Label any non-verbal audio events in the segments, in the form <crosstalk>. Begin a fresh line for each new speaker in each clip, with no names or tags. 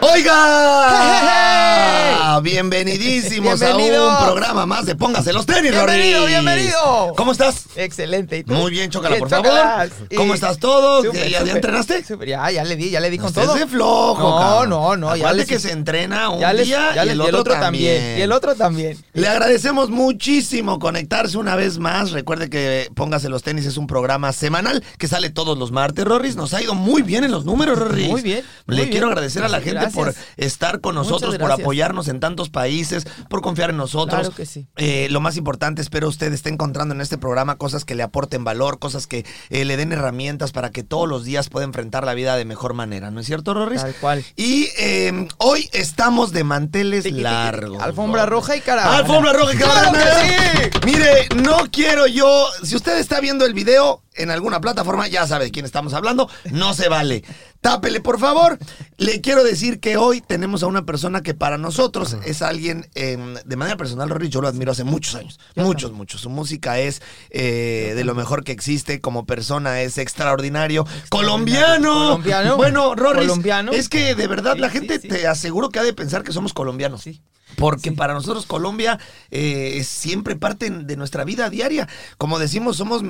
oiga!
Hey, hey, hey.
Bienvenidísimos
Bienvenido.
a un programa más de Póngase los tenis,
Bienvenido,
Loris.
bienvenido.
¿Cómo estás?
Excelente. ¿y tú?
Muy bien, Chócala, por
Chócalas.
favor.
Y-
¿Cómo estás todo?
Súper,
¿Ya, ya- ya
súper,
entrenaste?
súper. Ya, ya le di, ya le di
No
con
estés
todo.
de flojo,
No,
cabrón.
no, no, ya
Acuérdate
les-
que se entrena un
ya les-
día
ya
y
les-
el otro, también.
Y el otro también.
Le agradecemos muchísimo conectarse una vez más. Recuerde que Póngase los tenis es un programa semanal que sale todos los martes, Rorris. Nos ha ido muy bien en los números, Rorris.
Muy bien, muy
Le
bien.
quiero agradecer a la gente
Gracias.
por estar con
Muchas
nosotros, por
gracias.
apoyarnos en tantos países, por confiar en nosotros.
Claro que sí.
Eh, lo más importante, espero usted esté encontrando en este programa cosas que le aporten valor, cosas que eh, le den herramientas para que todos los días pueda enfrentar la vida de mejor manera. ¿No es cierto, Rorris?
Tal cual.
Y eh, hoy estamos de manteles
Tiqui, tiqui,
largos.
alfombra
Rorris.
roja y caravana.
Alfombra Ah, roja y
¡Claro
caravana.
que sí!
Mire, no quiero yo. Si usted está viendo el video en alguna plataforma, ya sabe de quién estamos hablando. No se vale. Tápele, por favor. Le quiero decir que hoy tenemos a una persona que para nosotros es alguien, eh, de manera personal, Rory, yo lo admiro hace muchos años.
Yo
muchos, muchos. Su música es eh, de lo mejor que existe. Como persona es extraordinario. Colombiano.
Colombiano.
Bueno, Rory,
Colombiano.
es que de verdad la
Sí,
gente
sí, sí.
te aseguro que ha de pensar que somos colombianos.
Sí.
Porque para nosotros Colombia eh, es siempre parte de nuestra vida diaria. Como decimos, somos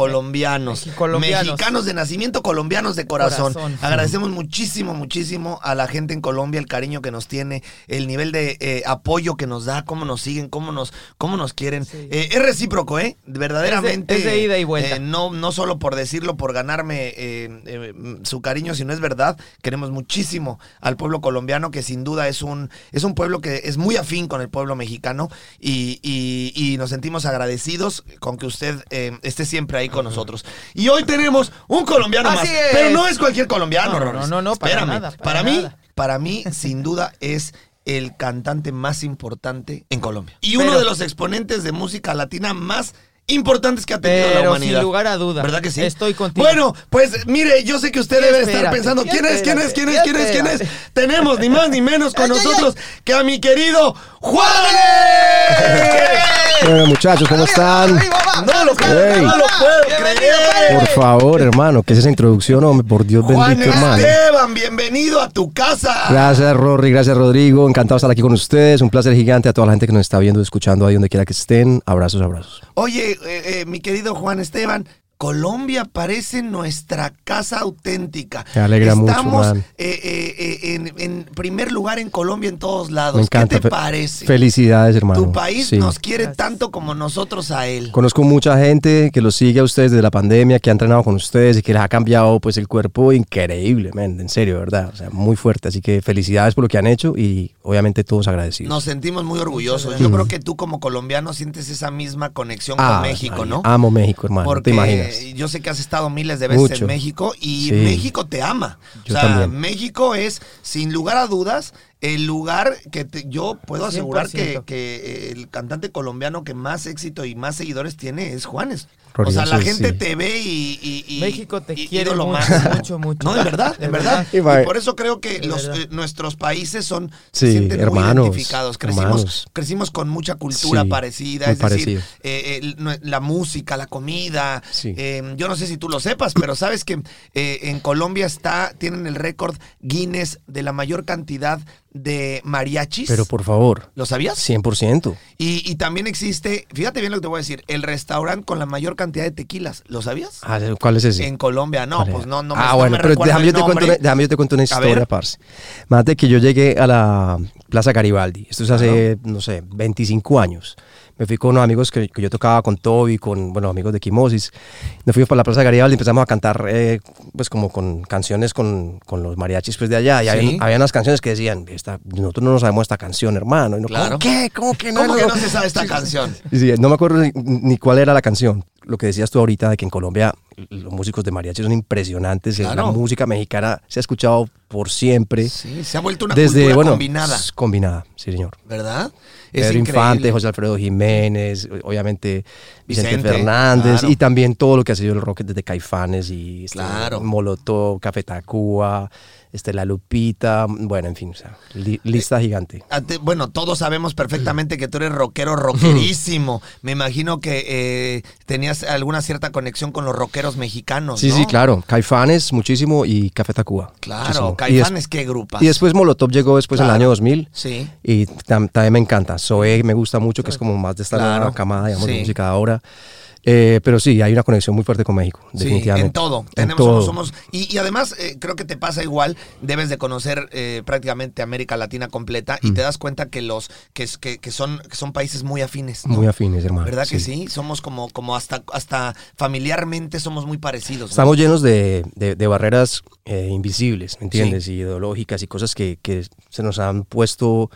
mexico-colombianos.
Mexicolombianos.
Mexicanos de nacimiento, colombianos de corazón.
Corazón.
Agradecemos muchísimo, muchísimo a la gente en Colombia, el cariño que nos tiene, el nivel de eh, apoyo que nos da, cómo nos siguen, cómo nos, cómo nos quieren.
Sí.
Eh, es recíproco, ¿eh? Verdaderamente.
Es de- es de ida y vuelta.
eh, no, no solo por decirlo, por ganarme eh, eh, mm, su cariño, si no es verdad. Queremos muchísimo al pueblo colombiano, que sin duda es un, es un pueblo que es muy afín con el pueblo mexicano y, y- y nos sentimos agradecidos con que usted eh, esté siempre ahí con nosotros. Y hoy tenemos un colombiano
Así
más,
es.
pero no es cualquier colombiano,
No, no,
Robles.
no, no, para
Espérame.
nada, para
Para mí,
nada.
para mí, sin duda, es el cantante más importante en Colombia. Y uno
Pero-
de los exponentes de música latina más importantes que ha tenido la
Pero
humanidad.
sin lugar a duda.
¿Verdad que sí?
Estoy contigo.
Bueno, pues mire, yo sé que usted debe estar
Espérate,
pensando, ¿quién es, quién es, quién es,
espérate,
quién es, quién es?
espérate.
Tenemos ni más ni menos con
Ay, ay, ay.
nosotros que a mi querido Juárez.
Bueno, muchachos, ¿cómo están?
Arriba, va,
No lo
Carlos,
creo, no
Carlos,
lo
va.
puedo
Bienvenido,
creer.
Carlos.
Por favor, hermano, que es esa introducción, Oh, hombre, por Dios
Juan
bendito, hermano.
Esteban, bienvenido a tu casa.
Gracias, Rory, gracias, Rodrigo. Encantado de estar aquí con ustedes. Un placer gigante a toda la gente que nos está viendo, escuchando ahí donde quiera que estén. Abrazos, abrazos.
Oye, eh, eh, mi querido Juan Esteban, Colombia parece nuestra casa auténtica.
Me alegra mucho,
Estamos,
man.
eh, eh, eh, en, en primer lugar en Colombia en todos lados.
Me encanta.
¿Qué te
Fe-
parece?
Felicidades, hermano.
Tu país
Sí.
nos quiere tanto como nosotros a él.
Conozco mucha gente que los sigue a ustedes desde la pandemia, que ha entrenado con ustedes y que les ha cambiado pues el cuerpo increíblemente, en serio, ¿verdad? O sea, muy fuerte. Así que felicidades por lo que han hecho y obviamente todos agradecidos.
Nos sentimos muy orgullosos. Yo creo que tú como colombiano sientes esa misma conexión
Ah,
con México,
María,
¿no?
Amo México, hermano.
Porque
te imaginas.
yo sé que has estado miles de veces en
Mucho.
México y
Sí.
México te ama.
Yo
o sea,
también.
México es, sin lugar a dudas, el lugar que te- yo puedo asegurar que,
100%.
que eh, el cantante colombiano que más éxito y más seguidores tiene es Juanes.
Rory,
o sea, la
eso
gente
sí.
te ve y, y- y-
México te
y-
quiere
ídolo
mucho,
máximo.
mucho, mucho.
No, en verdad,
De
en verdad.
verdad.
Y por eso creo que
De
los,
verdad.
eh, nuestros países son
Sí,
se sienten
hermanos,
muy identificados. Crecimos,
hermanos.
crecimos con mucha cultura
Sí,
parecida,
muy
es decir,
parecido.
eh, el- no- la música, la comida.
Sí.
eh, yo no sé si tú lo sepas, pero sabes que eh, en Colombia está, tienen el récord Guinness de la mayor cantidad de mariachis.
Pero por favor,
¿Lo sabías?
100%.
Y, y también existe, fíjate bien lo que te voy a decir, el restaurante con la mayor cantidad de tequilas. ¿Lo sabías?
Ah, ¿Cuál es ese?
En Colombia, no,
¿Cuál
pues
era?
no, no me
Ah,
no
bueno,
me
pero
recuerdo
déjame
el
yo, te cuento
nombre.
una, déjame yo te cuento una
A ver.
historia, parce. Más de que yo llegué a la Plaza Garibaldi, esto es hace, no sé, 25 años. Me fui con unos amigos que, que yo tocaba con Toby, con, bueno, amigos de Quimosis. Nos fuimos para la Plaza Garibaldi y empezamos a cantar, eh, pues, como con canciones con, con los mariachis, pues, de allá. Y había, había unas canciones que decían, esta, nosotros no nos sabemos esta canción, hermano. Y no,
Claro.
¿Cómo qué? ¿Cómo que no?
¿Cómo que no se sabe esta canción?
Y sí, no me acuerdo ni, ni cuál era la canción. Lo que decías tú ahorita de que en Colombia los músicos de mariachi son impresionantes. eh,
Claro.
La música mexicana se ha escuchado por siempre.
Sí, se ha vuelto una
desde,
cultura
bueno,
combinada,
s- Combinada, sí, señor.
¿verdad?
Pedro Infante,
increíble.
José Alfredo Jiménez, obviamente Vicente,
Vicente,
Fernández
claro.
y también todo lo que ha sido el rock desde Caifanes y este,
Claro.
Molotov, Café Tacuba, este, La Lupita, bueno, en fin, o sea, li- lista gigante.
Ante- bueno,
<laughs>
todos sabemos perfectamente que tú eres rockero, rockerísimo. Me imagino que eh, tenías tenías alguna cierta conexión con los rockeros mexicanos,
Sí,
Pues ¿no?
sí, claro. Caifanes muchísimo y Café Tacuba.
Claro,
muchísimo. Y des-
Caifanes, qué grupa.
Y después Molotov llegó después en
Claro.
el año 2000.
Sí.
Y tam- también me encanta. Zoe me gusta mucho, que es como más de esta nueva
Claro.
camada, digamos,
Sí.
de música ahora. Eh, pero sí, hay una conexión muy fuerte con México,
Sí,
definitivamente.
en todo. Tenemos,
todo.
Somos, y, y además, eh, creo que te pasa igual, debes de conocer eh, prácticamente América Latina completa
Mm.
y te das cuenta que los que, es- que, que son, que son países muy afines. ¿no?
Muy afines, hermano.
¿Verdad que sí? Somos como, como hasta, hasta familiarmente somos muy parecidos. ¿no?
Estamos llenos de, de- de barreras eh, invisibles, ¿me entiendes? Y ideológicas y cosas que, que se nos han puesto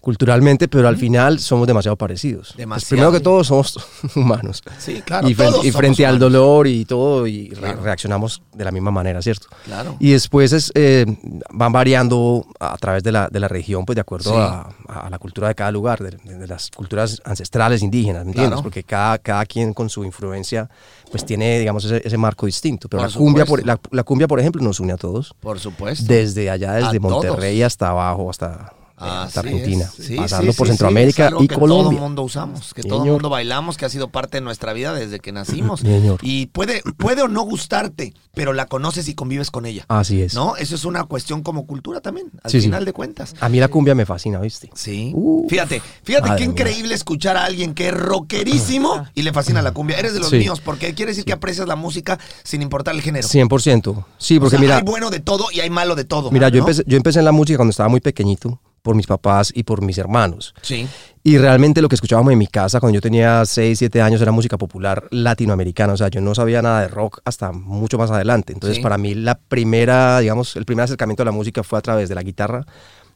culturalmente, pero al final somos demasiado parecidos. Pues
Demasiado.
primero que todo, somos <laughs> humanos.
Sí, claro,
Y, fren-
todos
y
somos
frente al
humanos.
dolor y todo, y re-
Claro.
reaccionamos de la misma manera, ¿cierto?
Claro.
Y después es, eh, van variando a través de la, de la región, pues de acuerdo
Sí.
a, a la cultura de cada lugar, de, de las culturas ancestrales indígenas, ¿me entiendes?
Claro.
Porque cada, cada quien con su influencia, pues tiene, digamos, ese, ese marco distinto. Pero
Por
la cumbia, por, la,
supuesto.
la cumbia, por ejemplo, nos une a todos.
Por supuesto.
Desde allá, desde
A
Monterrey hasta abajo, hasta, eh,
Ah, Así
hasta Argentina,
es. Sí,
pasando
sí,
por
sí, sí. Es
Centroamérica
algo
y
que Todo
Colombia.
mundo usamos, que todo
Señor.
mundo bailamos, que ha sido parte de nuestra vida desde que nacimos.
Señor.
Y puede, puede o no gustarte, pero la conoces y convives con ella.
Así es.
¿No? Eso es una cuestión como cultura también, al
Sí, sí.
final de cuentas.
A mí la cumbia me fascina, ¿viste?
Sí.
Uh,
fíjate, fíjate
madre
qué
mía. Ah.
increíble escuchar a alguien que es rockerísimo y le fascina la cumbia. Eres de los
Sí.
míos, porque quiere decir que aprecias la música sin importar el género.
100%. Sí,
O
porque
sea,
mira,
hay bueno de todo y hay malo de todo.
Mira,
¿no?
yo empecé, yo empecé en la música cuando estaba muy pequeñito por mis papás y por mis hermanos.
Sí.
Y realmente lo que escuchábamos en mi casa cuando yo tenía 6, 7 años era música popular latinoamericana. O sea, yo no sabía nada de rock hasta mucho más adelante. Entonces,
Sí.
para mí, la primera, digamos, el primer acercamiento a la música fue a través de la guitarra,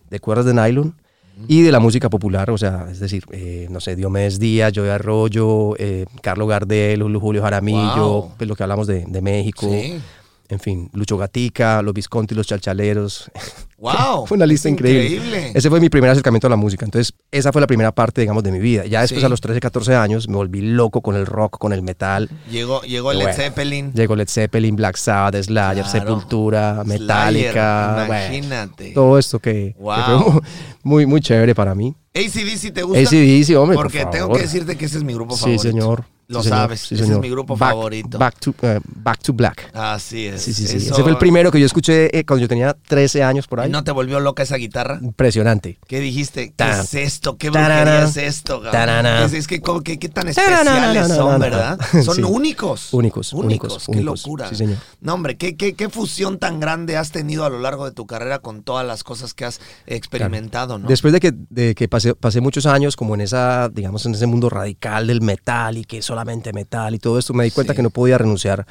de cuerdas de nylon y de la música popular. O sea, es decir, eh, no sé, Diomedes Díaz, Joey Arroyo, eh, Carlos Gardel, Lu- Julio Jaramillo,
Wow.
pues, lo que hablamos de, de México.
Sí.
En fin, Lucho Gatica, los Visconti, los Chalchaleros. <laughs>
Wow.
Fue una lista increíble.
Increíble.
Ese fue mi primer acercamiento a la música. Entonces, esa fue la primera parte, digamos, de mi vida. Ya después,
Sí.
a los 13, 14 años, me volví loco con el rock, con el metal.
Llegó, llegó el
Bueno,
Led Zeppelin.
Llegó Led Zeppelin, Black Sabbath, Slayer,
Claro.
Sepultura,
Slayer,
Metallica. bueno,
imagínate.
todo esto que, que
Wow.
fue mu- <laughs> muy, muy chévere para mí.
ACDC te gusta.
ACDC, hombre, por
Porque tengo
favor.
que decirte que ese es mi grupo
Sí,
favorito.
señor.
Lo
Sí, señor.
sabes.
Sí,
ese es
señor.
mi grupo
Back-
favorito.
Back to, eh, back to Black.
Así es.
Sí, sí, sí.
Eso-
Ese fue el primero que yo escuché eh, cuando yo tenía 13 años por ahí.
¿Y no te volvió loca esa guitarra?
Impresionante.
¿Qué dijiste? ¿Qué
Ta-
es esto? ¿Qué
tarara,
brujería es esto? cabrón?
tarara.
Es, es que ¿cómo- qué, qué tan
Tarara,
especiales
na, na,
son,
na, na.
¿verdad? Son
<laughs> Sí.
únicos. Únicos.
Únicos, únicos,
Qué
únicos.
locura.
Sí, señor.
No, hombre, ¿qué, qué, qué fusión tan grande has tenido a lo largo de tu carrera con todas las cosas que has experimentado, ¿no?
Después de que, de que pasé, pasé muchos años como en esa, digamos, en ese mundo radical del metal y que solamente metal y todo esto, me di cuenta
Sí.
que no podía renunciar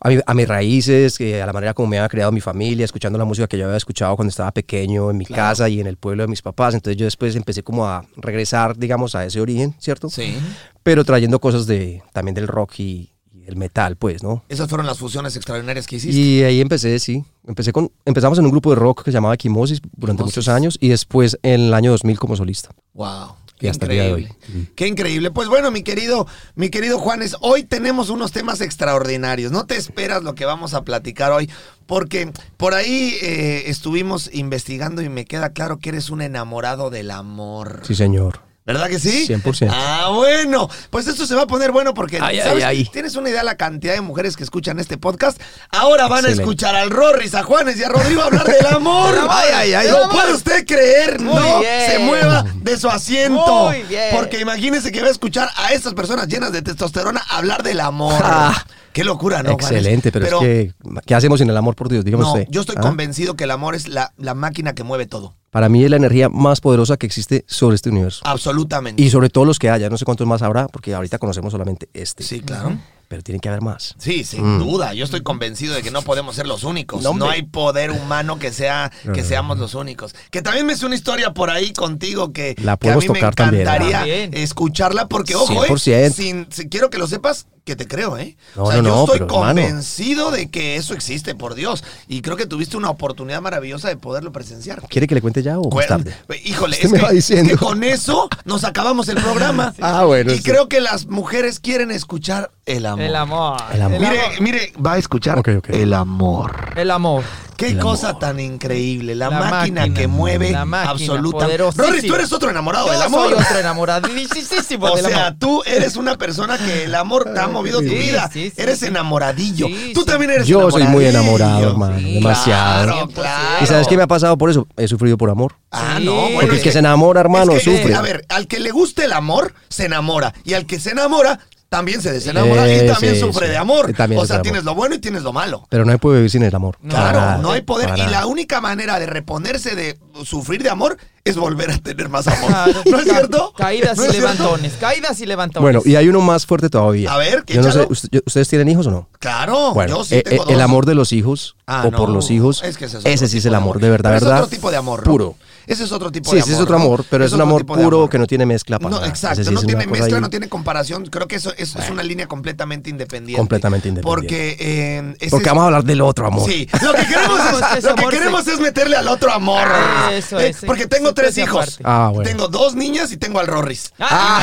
a, mi- a mis raíces, que a la manera como me había creado mi familia, escuchando la música que yo había escuchado cuando estaba pequeño en mi
Claro.
casa y en el pueblo de mis papás. Entonces yo después empecé como a regresar, digamos, a ese origen, ¿cierto?
Sí.
Pero trayendo cosas de, también del rock y, y el metal, pues, ¿no?
Esas fueron las fusiones extraordinarias que hiciste.
Y ahí empecé, sí. Empecé con, empezamos en un grupo de rock que se llamaba Quimosis durante
Quimosis.
muchos años y después en el año 2000 como solista.
Wow.
Y hasta el día de hoy.
Qué increíble. Pues bueno, mi querido, mi querido Juanes, hoy tenemos unos temas extraordinarios. No te esperas lo que vamos a platicar hoy, porque por ahí eh, estuvimos investigando y me queda claro que eres un enamorado del amor.
Sí, señor.
¿Verdad que sí?
100%.
Ah, bueno. Pues esto se va a poner bueno porque
Ay, ay,
¿sabes?
ay.
tienes una idea de la cantidad de mujeres que escuchan este podcast. Ahora van a
Excelente.
escuchar al Rorris, a Juanes y a Rodrigo hablar
<laughs>
del amor.
Ay, ay, ay.
¿Lo
Amor.
puede usted creer?
Muy
no
bien.
se mueva de su asiento.
Muy bien.
Porque imagínese que va a escuchar a estas personas llenas de testosterona hablar del amor.
Ah.
Qué locura, ¿no? Juanes?
Excelente, pero, es que, ¿qué hacemos sin el amor por Dios? Dígame
no,
usted.
yo estoy
¿Ah?
convencido que el amor es la, la máquina que mueve todo.
Para mí es la energía más poderosa que existe sobre este
Ah.
universo.
Absolutamente.
Y sobre todos los que haya, no sé cuántos más habrá, porque ahorita conocemos solamente este.
Sí, claro.
Pero tiene que haber más.
Sí, sin duda. Yo estoy convencido de que no podemos ser los únicos.
No,
No,
Mm. hombre.
hay poder humano que sea
No,
que
no,
seamos los únicos. Que también me hizo una historia por ahí contigo que,
La
que a
podemos
mí me
tocar también, ¿eh? ¿no?
encantaría
También.
escucharla porque ojo, eh,
100%.
sin, sin- quiero que lo sepas que te creo, ¿eh?
No,
o sea,
no,
yo
no,
estoy
pero, hermano.
convencido de que eso existe, por Dios. Y creo que tuviste una oportunidad maravillosa de poderlo presenciar.
¿Quiere que le cuente ya o más
Bueno,
tarde?
Híjole,
Usted
es
me
que,
va
es que
diciendo.
con eso nos acabamos el programa.
<laughs> Ah, bueno,
Y
sí.
creo que las mujeres quieren escuchar el amor.
El amor.
El amor.
El
Mire,
amor.
mire, va a escuchar
Ok, ok.
el amor.
El amor.
Qué
El
cosa
amor.
tan increíble. La,
La
máquina,
máquina,
que mueve
la máquina,
absoluta.
poderosísima.
Rory, tú eres otro enamorado del
Yo
amor.
soy otro enamoradísimo
O
del
sea,
amor.
tú eres una persona que el amor te ha movido tu
Sí,
vida.
sí, sí,
eres
sí.
enamoradillo.
Sí,
tú
sí.
también eres
Yo soy muy enamorado,
enamoradillo.
hermano.
Sí,
demasiado.
Claro, claro.
¿Y sabes qué me ha pasado por eso? He sufrido por amor.
Ah, no, bueno,
Porque
es
el que
que-
se enamora, hermano,
Es que,
sufre.
A ver, al que le gusta el amor, se enamora. Y al que se enamora, también se desenamora
Eh,
y también
sí,
sufre
sí.
de amor.
Y también
o
sufre
sea,
de amor.
tienes lo bueno y tienes lo malo.
Pero no hay poder vivir sin el amor.
claro,
Para
no hay poder.
para
Y
nada.
la única manera de reponerse de sufrir de amor es volver a tener más amor.
Claro.
<laughs> ¿No es cierto?
Ca- Caídas
¿No
y
es cierto?
levantones, caídas y levantones.
Bueno, y hay uno más fuerte todavía.
A ver, que
Yo no sé,
échalo.
¿ust- yo- ¿ustedes tienen hijos o no?
Claro,
Bueno,
yo sí
eh,
tengo
eh, el
dos.
amor de los hijos
Ah,
o
no.
por los hijos,
Es que ese, es otro
sí es
tipo
el amor, de verdad,
Pero
verdad.
Es otro tipo de amor. ¿no?
Puro.
Ese es otro tipo
Sí,
de
ese
amor.
es otro
¿no?
amor, pero es, un
otro
amor
tipo de
puro
amor.
que no tiene mezcla para
No,
nada.
exacto,
Ese sí
no
es
tiene
una cosa
mezcla,
ahí.
no tiene comparación. Creo que eso, eso es una línea completamente independiente.
Completamente independiente.
Porque, eh, ese
Porque
es-
vamos a hablar del otro amor.
Sí, lo que
<laughs>
queremos,
Vamos, que
es,
ese
lo que
amor se-
queremos es meterle al otro amor. Eh,
Ah, eso es, sí,
porque tengo
sí,
tres
esa
hijos.
parte.
Ah, bueno.
Tengo dos niñas y tengo al Rorris.
Ah.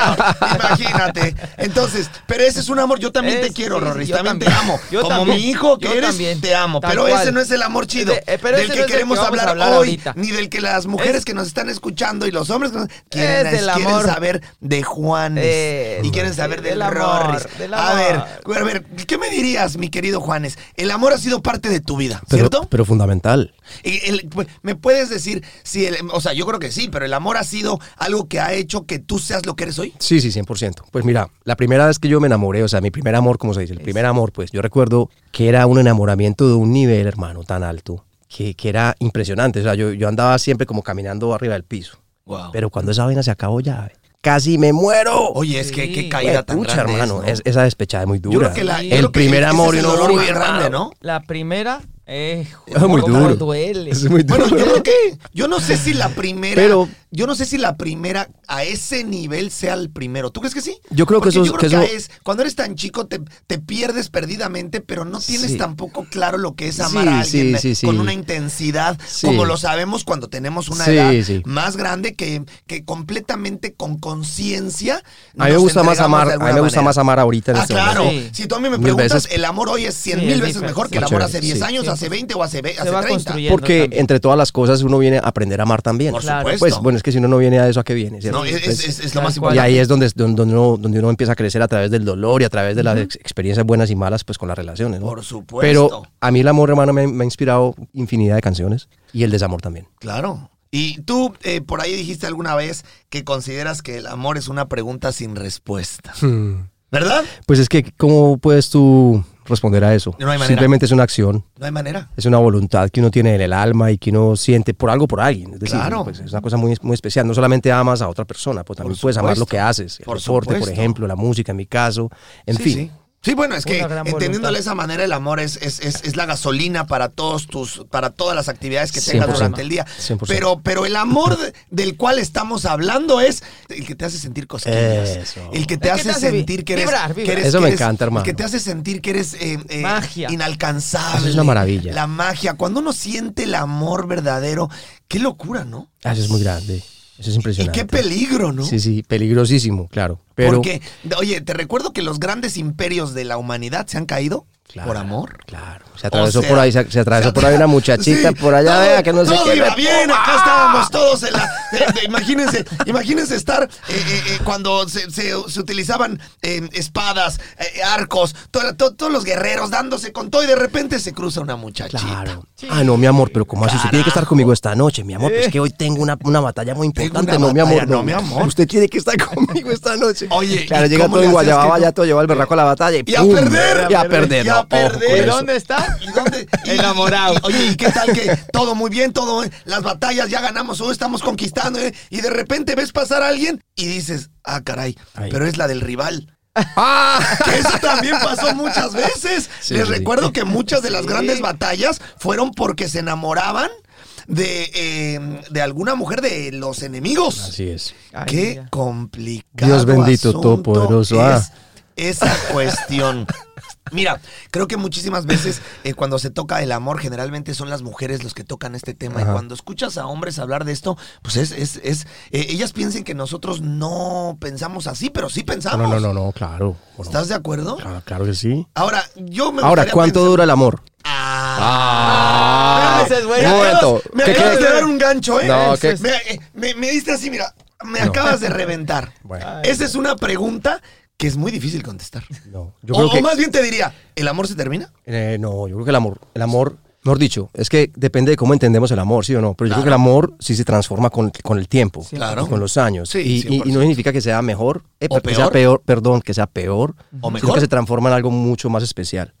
Imagínate, imagínate. Entonces, pero ese es un amor. Yo también te
Es-
quiero,
sí, sí,
Rorris.
yo
También, te
también.
amo.
Yo
Como
también.
mi hijo que
Yo
eres,
también.
te amo.
Tal
Pero ese
cual.
no es el amor chido.
Eh, eh, pero
del
ese
que
no es del
queremos
que vamos
hablar,
a hablar
hoy,
ahorita.
ni del que las mujeres
Es-
que nos están escuchando y los hombres que nos- quieren,
Es del
quieren
amor.
saber de Juanes.
Eh,
y quieren
sí,
saber del,
del amor,
Rorris.
del
A ver,
amor.
a ver, ¿qué me dirías, mi querido Juanes? El amor ha sido parte de tu vida,
Pero,
¿cierto?
pero fundamental.
Y el- pues, ¿Me puedes decir si el, o sea, yo creo que sí, pero el amor ha sido algo que ha hecho que tú seas lo que eres hoy?
Sí, sí, 100%. Pues mira, la primera vez que yo me enamoré, o sea, mi primer amor, como se dice, el primer amor, pues yo recuerdo que era un enamoramiento de un nivel, hermano, tan alto, que, que era impresionante. O sea, yo, yo andaba siempre como caminando arriba del piso.
Wow.
Pero cuando esa vaina se acabó ya, casi me muero.
Oye, es que
Sí.
qué caída tan
Pucha,
grande
hermano,
es, ¿no?
es- esa despechada es muy dura.
Yo creo que la- yo
el
creo que
primer
ese
amor
es
y
el
uno
dolor muy
¡ah!
grande, ¿no?
La primera eh,
Es muy
cómo
duro.
duele.
Es muy duro.
Bueno, yo
<laughs>
creo que yo no sé si la primera,
Pero-
yo no sé si la primera a ese nivel sea el primero. ¿Tú crees que sí?
Yo creo que
Porque
eso-
yo creo
que
que
eso-
es cuando eres tan chico te, te pierdes perdidamente, pero no tienes
Sí.
tampoco claro lo que es amar
Sí,
a alguien
sí,
de-
sí,
con
sí.
una intensidad
Sí.
como lo sabemos cuando tenemos una
Sí,
edad
sí.
más grande que, que completamente con conciencia.
A mí me
nos
gusta más
entregamos
amar,
de
a mí me
alguna
gusta
manera.
más amar ahorita en
Ah,
este
claro.
momento.
Sí.
Si tú a mí me
Mil
preguntas,
veces.
el amor hoy es cien
Sí,
mil
es
veces mejor que el
diferente.
amor hace
Sí,
10
sí.
años,
Sí.
hace 20 o hace, ve- hace
Se va
30.
construyendo.
Porque
también.
entre todas las cosas uno viene a aprender a amar también.
Por
Claro.
supuesto.
Pues bueno, es que si uno no viene a eso, ¿a qué viene? cierto?
No, es,
Pues,
es- es- es lo
Tal
más
cual.
importante.
y ahí es donde, donde, uno, donde uno empieza a crecer a través del dolor y a través de las ex- experiencias buenas y malas, pues con las relaciones. ¿no?
Por supuesto.
Pero a mí el amor, hermano, me, me ha inspirado infinidad de canciones y el desamor también.
Claro. Y tú eh, por ahí dijiste alguna vez que consideras que el amor es una pregunta sin respuesta.
Hmm.
¿Verdad?
Pues es que, ¿cómo puedes tú responder a eso?
No hay manera.
Simplemente es una acción.
No hay manera.
Es una voluntad que uno tiene en el alma y que uno siente por algo, por alguien. Es decir,
Claro.
pues, es una cosa muy, muy especial. No solamente amas a otra persona, pues también
Por
puedes amar lo
supuesto.
que haces. El
Por
deporte, por
supuesto.
ejemplo, la música, en mi caso. En
Sí,
fin.
Sí. Sí, bueno, es que
Una gran
entendiéndolo de
voluntad.
esa manera, el amor es, es, es- es la gasolina para todos tus, para todas las actividades que tengas
100%.
durante el día.
100%.
Pero, pero el amor de- del cual estamos hablando es el que te hace sentir cosquillas.
Eso.
El que te
El que
hace
te hace vi-
sentir que eres,
vibrar, vibrar.
que eres-
Eso
que
me
eres-
encanta,
El
hermano.
que te hace sentir que eres eh, eh,
Magia.
inalcanzable.
Eso es una maravilla.
La magia. Cuando uno siente el amor verdadero, qué locura, ¿no?
Ah, eso es muy grande. Eso es
Y
impresionante.
qué peligro, ¿no?
Sí, sí, peligrosísimo, claro. Pero,
Porque, oye, te recuerdo que los grandes imperios de la humanidad se han caído
Claro,
por amor.
Claro. Se atravesó
O sea,
por ahí, se, se
<laughs>
atravesó
se
por ahí
atra-
una muchachita
Sí,
por allá,
todo-
vea que no sé
todo
qué.
iba bien, acá estábamos todos en la. eh, eh, imagínense, imagínense estar eh, eh, eh, cuando se, se- se utilizaban eh, espadas, eh, arcos, to- to- todos los guerreros dándose con todo y de repente se cruza una muchachita.
Claro. Ah, no, mi amor, pero como así? Usted tiene que estar conmigo esta noche, mi amor. Pues que hoy tengo una, una batalla muy
Eh. Tengo
importante,
una
no, mi
batalla,
amor.
no, mi amor.
Usted tiene que estar <laughs> conmigo esta noche.
Oye, ¿y
claro, llega
cómo
todo
le
en
hacías que
Guayababa,
no?
ya todo llevado al berraco a la batalla. Y,
Y a
¡pum!
perder.
Y a perder.
Y a
no, ojo con
perder.
¿Y
eso.
dónde está?
¿Y dónde? Y-
Enamorado.
y- oye, ¿y qué tal que todo muy bien, todo muy- las batallas ya ganamos, hoy estamos conquistando, ¿eh? y de repente ves pasar a alguien y dices, ah, caray,
Ay. Ah.
pero es la del rival. Que eso también pasó muchas veces.
Sí,
Les
sí.
recuerdo que muchas de las grandes batallas fueron porque se enamoraban de, eh, de alguna mujer de los enemigos.
Así es.
Ay,
Qué
ya.
complicado.
Dios bendito,
asunto
todopoderoso,
es
ah.
Esa cuestión. Mira, creo que muchísimas veces eh, cuando se toca el amor, generalmente son las mujeres los que tocan este tema. Y
Ajá.
cuando escuchas a hombres hablar de esto, pues es, es, es eh, ellas piensen que nosotros no pensamos así, pero sí
No,
pensamos.
no, no, no, no, claro. Bueno,
¿Estás de acuerdo?
claro. Claro que sí.
Ahora, yo me
Ahora,
gustaría
¿cuánto
pensar-
dura el amor?
Ah,
veces, güey.
Me
Un momento.
acabas, me
¿Qué
acabas de
crees?
dar un gancho, ¿eh?
No, ¿qué?
me, eh, me- me diste así, mira, me
No.
acabas de reventar.
Bueno.
Esa es una pregunta que es muy difícil contestar.
No, yo
o,
creo
o
que.
más bien te diría, ¿el amor se termina?
eh, no, yo creo que el amor. El amor, mejor dicho, es que depende de cómo entendemos el amor, ¿sí o no? Pero yo
Claro.
creo que el amor sí se transforma con, con el tiempo.
Claro.
y Con los años.
Sí,
y, y- y
100%.
no significa que sea mejor, eh,
O
que sea
peor.
peor, perdón, que sea peor.
O
sino
mejor.
que se transforma en algo mucho más especial.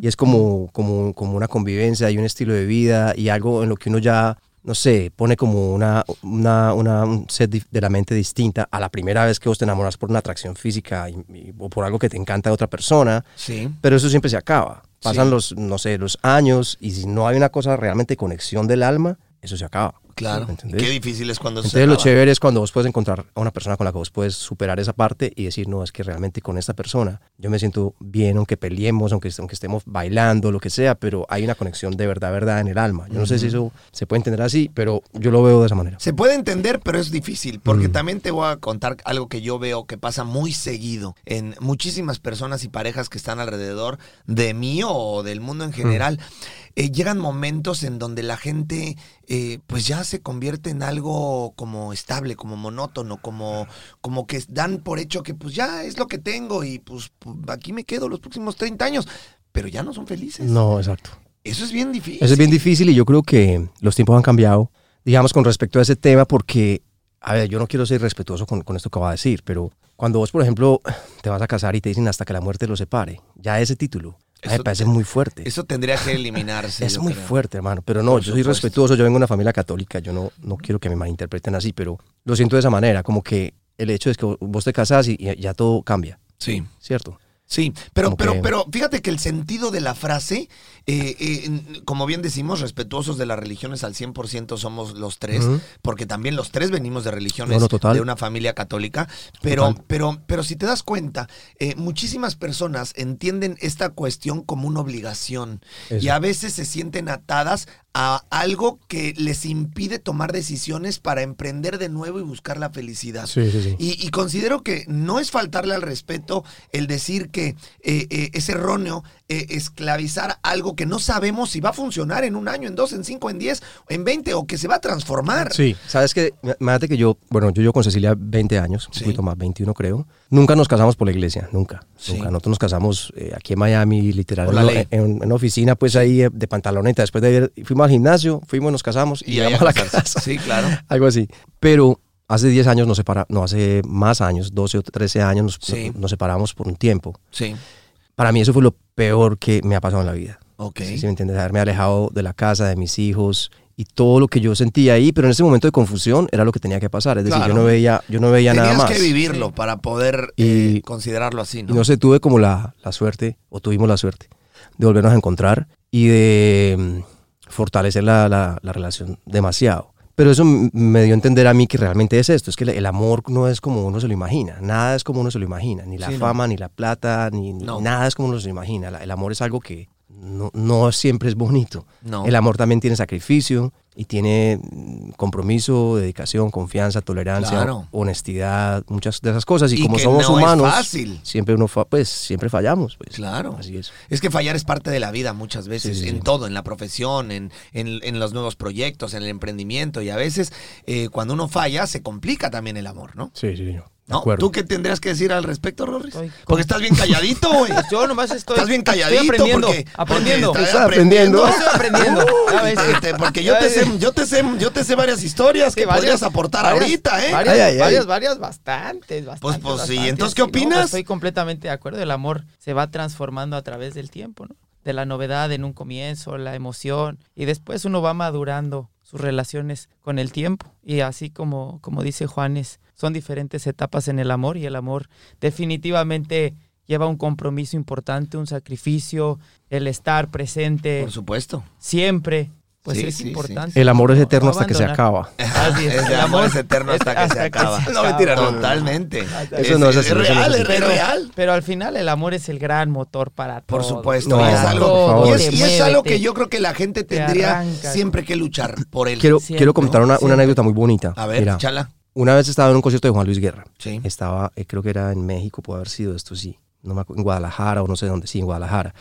Y es como, como, como una convivencia y un estilo de vida y algo en lo que uno ya, no sé, pone como una, una, una- un set dif- de la mente distinta a la primera vez que vos te enamoras por una atracción física y- y- o por algo que te encanta de otra persona.
Sí.
Pero eso siempre se acaba. Pasan
Sí.
los, no sé, los años y si no hay una cosa realmente conexión del alma, eso se acaba.
Claro.
¿Entendés?
Qué difícil es cuando se
Entonces lo
acaba.
chévere es cuando vos puedes encontrar a una persona con la que vos puedes superar esa parte y decir, no, es que realmente con esta persona yo me siento bien aunque peleemos, aunque, est- aunque estemos bailando, lo que sea, pero hay una conexión de verdad, verdad en el alma. Yo no sé si eso se puede entender así, pero yo lo veo de esa manera.
Se puede entender, pero es difícil,
Mm.
porque también te voy a contar algo que yo veo que pasa muy seguido en muchísimas personas y parejas que están alrededor de mí o del mundo en
Mm.
general. Eh, llegan momentos en donde la gente eh, pues ya se convierte en algo como estable, como monótono, como, como que dan por hecho que pues ya es lo que tengo y pues pu- aquí me quedo los próximos 30 años, pero ya no son felices.
No, exacto.
Eso es bien difícil.
Eso es bien difícil y yo creo que los tiempos han cambiado, digamos, con respecto a ese tema, porque, a ver, yo no quiero ser irrespetuoso con, con esto que va a decir, pero cuando vos, por ejemplo, te vas a casar y te dicen hasta que la muerte los separe, ya ese título, a mí
Eso-
me parece muy fuerte.
Eso tendría que eliminarse.
<laughs> es
yo
muy
creo.
fuerte, hermano. Pero no,
Por
yo soy
supuesto.
respetuoso. Yo vengo de una familia católica. Yo no, no quiero que me malinterpreten así, pero lo siento de esa manera. Como que el hecho es que vo- vos te casás y y ya todo cambia,
Sí.
¿cierto?
Sí, pero,
Como
pero,
que-
pero fíjate que el sentido de la frase, eh, eh, n- como bien decimos, respetuosos de las religiones al 100% somos los tres,
Ujú.
porque también los tres venimos de religiones
No, no, total.
de una familia católica, pero,
Total.
pero, pero si te das cuenta, eh, muchísimas personas entienden esta cuestión como una obligación
Eso.
y a veces se sienten atadas a algo que les impide tomar decisiones para emprender de nuevo y buscar la felicidad.
sí, sí.
Y, y considero que no es faltarle al respeto el decir que eh, eh, es erróneo eh, esclavizar algo que no sabemos si va a funcionar en un año, en dos, en cinco, en diez, en veinte o que se va a transformar.
Sí. Sabes que, imagínate que yo, bueno, yo llevo con Cecilia 20 años,
Sí.
un poquito más, 21 creo. Nunca nos casamos por la iglesia, nunca.
Sí.
Nunca. Nosotros nos casamos eh, aquí en Miami, literal,
Por la
en,
ley.
en- en una oficina, pues ahí eh, de pantaloneta. Después de ayer fuimos al gimnasio, fuimos, nos casamos y,
Y ahí
llegamos
a
a la
casarse.
casa. <laughs>
Sí, claro.
algo así. Pero hace 10 años nos separamos, no, hace más años, 12 o 13 años nos,
Sí.
nos separamos por un tiempo.
Sí.
Para mí eso fue lo peor que me ha pasado en la vida.
Ok.
Si me entiendes, haberme alejado de la casa, de mis hijos y todo lo que yo sentía ahí, pero en ese momento de confusión era lo que tenía que pasar, es decir,
Claro.
yo no veía, yo no veía
Tenías
nada más.
que vivirlo para poder
Y-
eh, considerarlo así,
Y
¿no?
no sé, tuve como la, la suerte, o tuvimos la suerte, de volvernos a encontrar y de mm, fortalecer la, la- la relación demasiado. Pero eso m- me dio a entender a mí que realmente es esto, es que el- el amor no es como uno se lo imagina, nada es como uno se lo imagina, ni la
Sí, no.
fama, ni la plata, ni, ni
No.
nada es como uno se lo imagina. La- el amor es algo que no, no siempre es bonito.
No.
El amor también tiene sacrificio y tiene mm, compromiso, dedicación, confianza, tolerancia,
Claro.
honestidad, muchas de esas cosas. Y,
Y
como
que
somos
no es
humanos,
fácil.
siempre uno fa- pues siempre fallamos, pues.
Claro.
Así es.
Es que fallar es parte de la vida muchas veces,
Sí, sí,
en
sí.
todo, en la profesión, en, en- en los nuevos proyectos, en el emprendimiento. Y a veces, eh, cuando uno falla, se complica también el amor, ¿no?
Sí, sí, señor.
¿No? ¿Tú qué tendrías que decir al respecto, Rorris?
Estoy
Porque estás bien calladito,
<laughs>
güey.
Yo nomás estoy.
Estás bien calladito
Estoy aprendiendo.
porque,
aprendiendo.
porque
pues, Estás aprendiendo.
Yo estoy aprendiendo. Ya
Uy,
ves.
te- te- este, porque yo
Ya
te,
ves.
sé, yo, te sé, yo te sé varias historias
Sí,
que
varias-
podrías aportar
varias-
ahorita, ¿eh?
Varias,
Ay, ay, ay.
varias, varias, bastantes, bastantes.
Pues, pues, sí,
bastantes.
¿entonces qué
no, pues,
opinas?
estoy completamente de acuerdo. El amor se va transformando a través del tiempo, ¿no? De la novedad en un comienzo, la emoción. Y después uno va madurando sus relaciones con el tiempo. Y así como, como dice Juanes, son diferentes etapas en el amor y el amor definitivamente lleva un compromiso importante, un sacrificio, el estar presente
Por supuesto.
siempre. Pues
Sí,
es
sí, sí.
importante.
El amor es
No
eterno hasta que se
abandonar.
acaba.
Así es,
Es de
el
amor
amor
es eterno hasta
es-
que
hasta
se
que
acaba.
se
No,
acaba.
mentira,
No, no, no.
totalmente.
Eso no es así, eso no es
real,
así.
es real.
Pero al final el amor es el gran motor para todo.
Por supuesto,
No,
y es
para
algo,
por
todo.
y
favor.
es-
Te
y es
mueve,
algo
te-
que yo creo que la gente
te
tendría
arranca.
siempre que luchar por él.
Quiero,
Siempre,
quiero contar una, una
siempre.
anécdota muy bonita.
A ver,
Mira,
chala.
una vez estaba en un concierto de Juan Luis Guerra.
Sí.
Estaba, eh, creo que era en México, puede haber sido esto, sí. No me acu- en Guadalajara o no sé dónde, sí, en Guadalajara.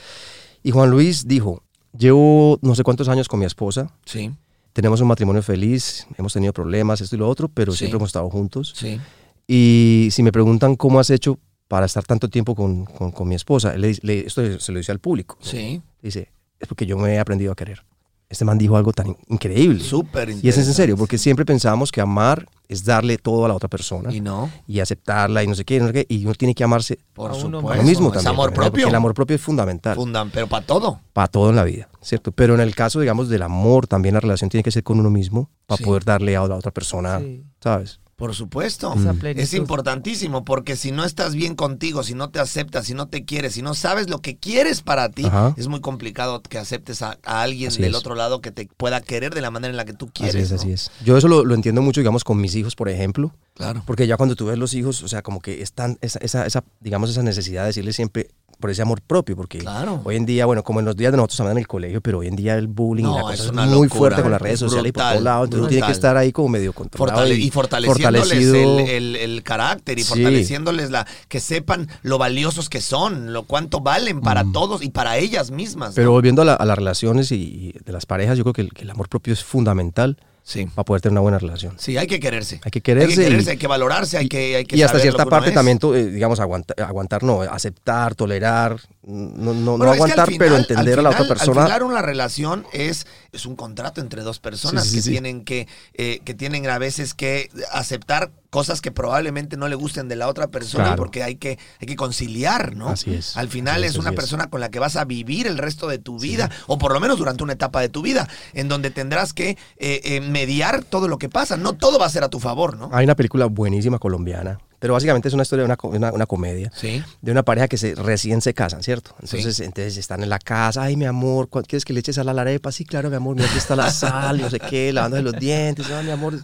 Y Juan Luis dijo, llevo no sé cuántos años con mi esposa.
Sí,
Tenemos un matrimonio feliz, hemos tenido problemas, esto y lo otro, pero
Sí.
siempre hemos estado juntos.
sí.
Y si me preguntan cómo has hecho para estar tanto tiempo con, con- con mi esposa, le- le- esto se lo dice al público. ¿no?
Sí.
Dice, es porque yo me he aprendido a querer. Este man dijo algo tan in- increíble.
Súper
y es en
interesante.
serio, porque siempre pensamos que amar es darle todo a la otra persona
Y
y,
no,
aceptarla y no sé qué, y no sé qué, y uno tiene que amarse
por
A uno
supuesto.
a
Por
uno mismo
es
también.
amor
¿verdad? Porque
propio.
El amor propio es fundamental
Fundan, pero para todo.
para todo en la vida, ¿cierto? Pero en el caso, digamos, del amor, también la relación tiene que ser con uno mismo para
Sí.
poder darle a la otra persona,
Sí.
¿sabes?
Por supuesto.
Esa
Mm.
plenitud.
Es importantísimo porque si no estás bien contigo, si no te aceptas, si no te quieres, si no sabes lo que quieres para ti,
Ajá.
es muy complicado que aceptes a, a alguien
Así
del
es.
otro lado que te pueda querer de la manera en la que tú quieres.
así es,
¿no?
así es. Yo eso lo, lo entiendo mucho, digamos, con mis hijos, por ejemplo,
Claro.
porque ya cuando tú ves los hijos, o sea, como que están esa, esa, esa, digamos, esa necesidad de decirle siempre por ese amor propio, porque
Claro.
hoy en día, bueno, como en los días de nosotros también en el colegio, pero hoy en día el bullying
No,
y la cosa
es
es,
una
muy
locura.
fuerte con las redes
Es
sociales y por
brutal,
todos lados, entonces uno tiene que
brutal.
estar ahí como medio controlado
Fortale-
y,
y fortaleciéndoles
fortalecido.
el, el- el carácter y
Sí.
fortaleciéndoles la que sepan lo valiosos que son, lo cuánto valen para todos y para ellas mismas.
Mm. Pero volviendo a, la- a las relaciones y, y de las parejas, yo creo que el, que el amor propio es fundamental
sí.
para poder tener una buena relación.
Sí, hay que quererse.
Hay que quererse
Hay que,
y-
hay que valorarse, hay que, hay que
y
saber
hasta
lo
cierta
que uno
parte
es.
también, to- eh, digamos, aguanta- aguantar, no, eh, aceptar, tolerar, no, no,
Bueno, es que
no
al
aguantar,
final-
pero entender
al
a la otra
final-
persona.
Al final una relación es, es un contrato entre dos personas
Sí, sí,
que
sí.
tienen que, eh, que tienen a veces que aceptar cosas que probablemente no le gusten de la otra persona
Claro.
porque hay que, hay que conciliar, ¿no?
Así es.
Al final
Así
es,
es,
una
así es.
persona con la que vas a vivir el resto de tu vida, o por lo menos durante una etapa de tu vida, en donde tendrás que eh, eh, mediar todo lo que pasa. No todo va a ser a tu favor, ¿no?
Hay una película buenísima colombiana, pero básicamente es una historia de una, co- una- una comedia.
Sí.
De una pareja que se, recién se casan, ¿cierto? Entonces, entonces están en la casa, ay, mi amor, ¿cuál- ¿quieres que le eches sal a la arepa? Sí, claro, mi amor, mira, aquí está la sal, no sé qué, lavándose los dientes, ay, mi amor.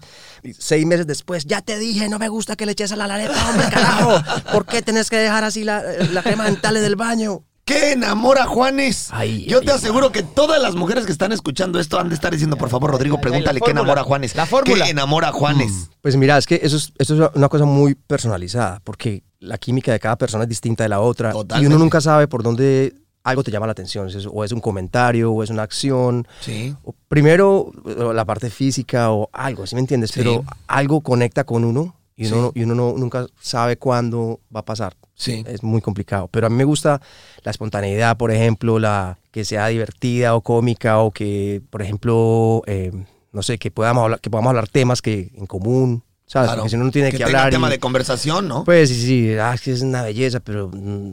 Y seis meses después, ya te dije, no me gusta que le eches sal a la arepa, hombre, carajo, ¿por qué tenés que dejar así la, la crema dental del baño?
¿Qué enamora Juanes?
Ay,
Yo te
ay,
aseguro que todas las mujeres que están escuchando esto han de estar diciendo, por favor, Rodrigo,
ay,
pregúntale qué
la fórmula,
enamora a Juanes.
la fórmula.
¿Qué enamora a Juanes?
Pues mira, es que eso es, eso es una cosa muy personalizada, porque la química de cada persona es distinta de la otra. Y
Totalmente.
uno nunca sabe por dónde algo te llama la atención, si es- o es un comentario, o es una acción.
Sí.
o primero, o la parte física o algo, ¿sí me entiendes?
Sí.
Pero algo conecta con uno y uno,
Sí.
no- y uno no- nunca sabe cuándo va a pasar.
Sí.
Es muy complicado. Pero a mí me gusta la espontaneidad, por ejemplo, la que sea divertida o cómica o que, por ejemplo, eh, no sé, que podamos hablar, que podamos hablar temas que en común, ¿sabes?
Claro.
Porque si no, uno tiene que,
que tenga
hablar.
tema
y-
de conversación, ¿no? Pues,
Pues sí, sí, ah, es que es una belleza, pero... mm,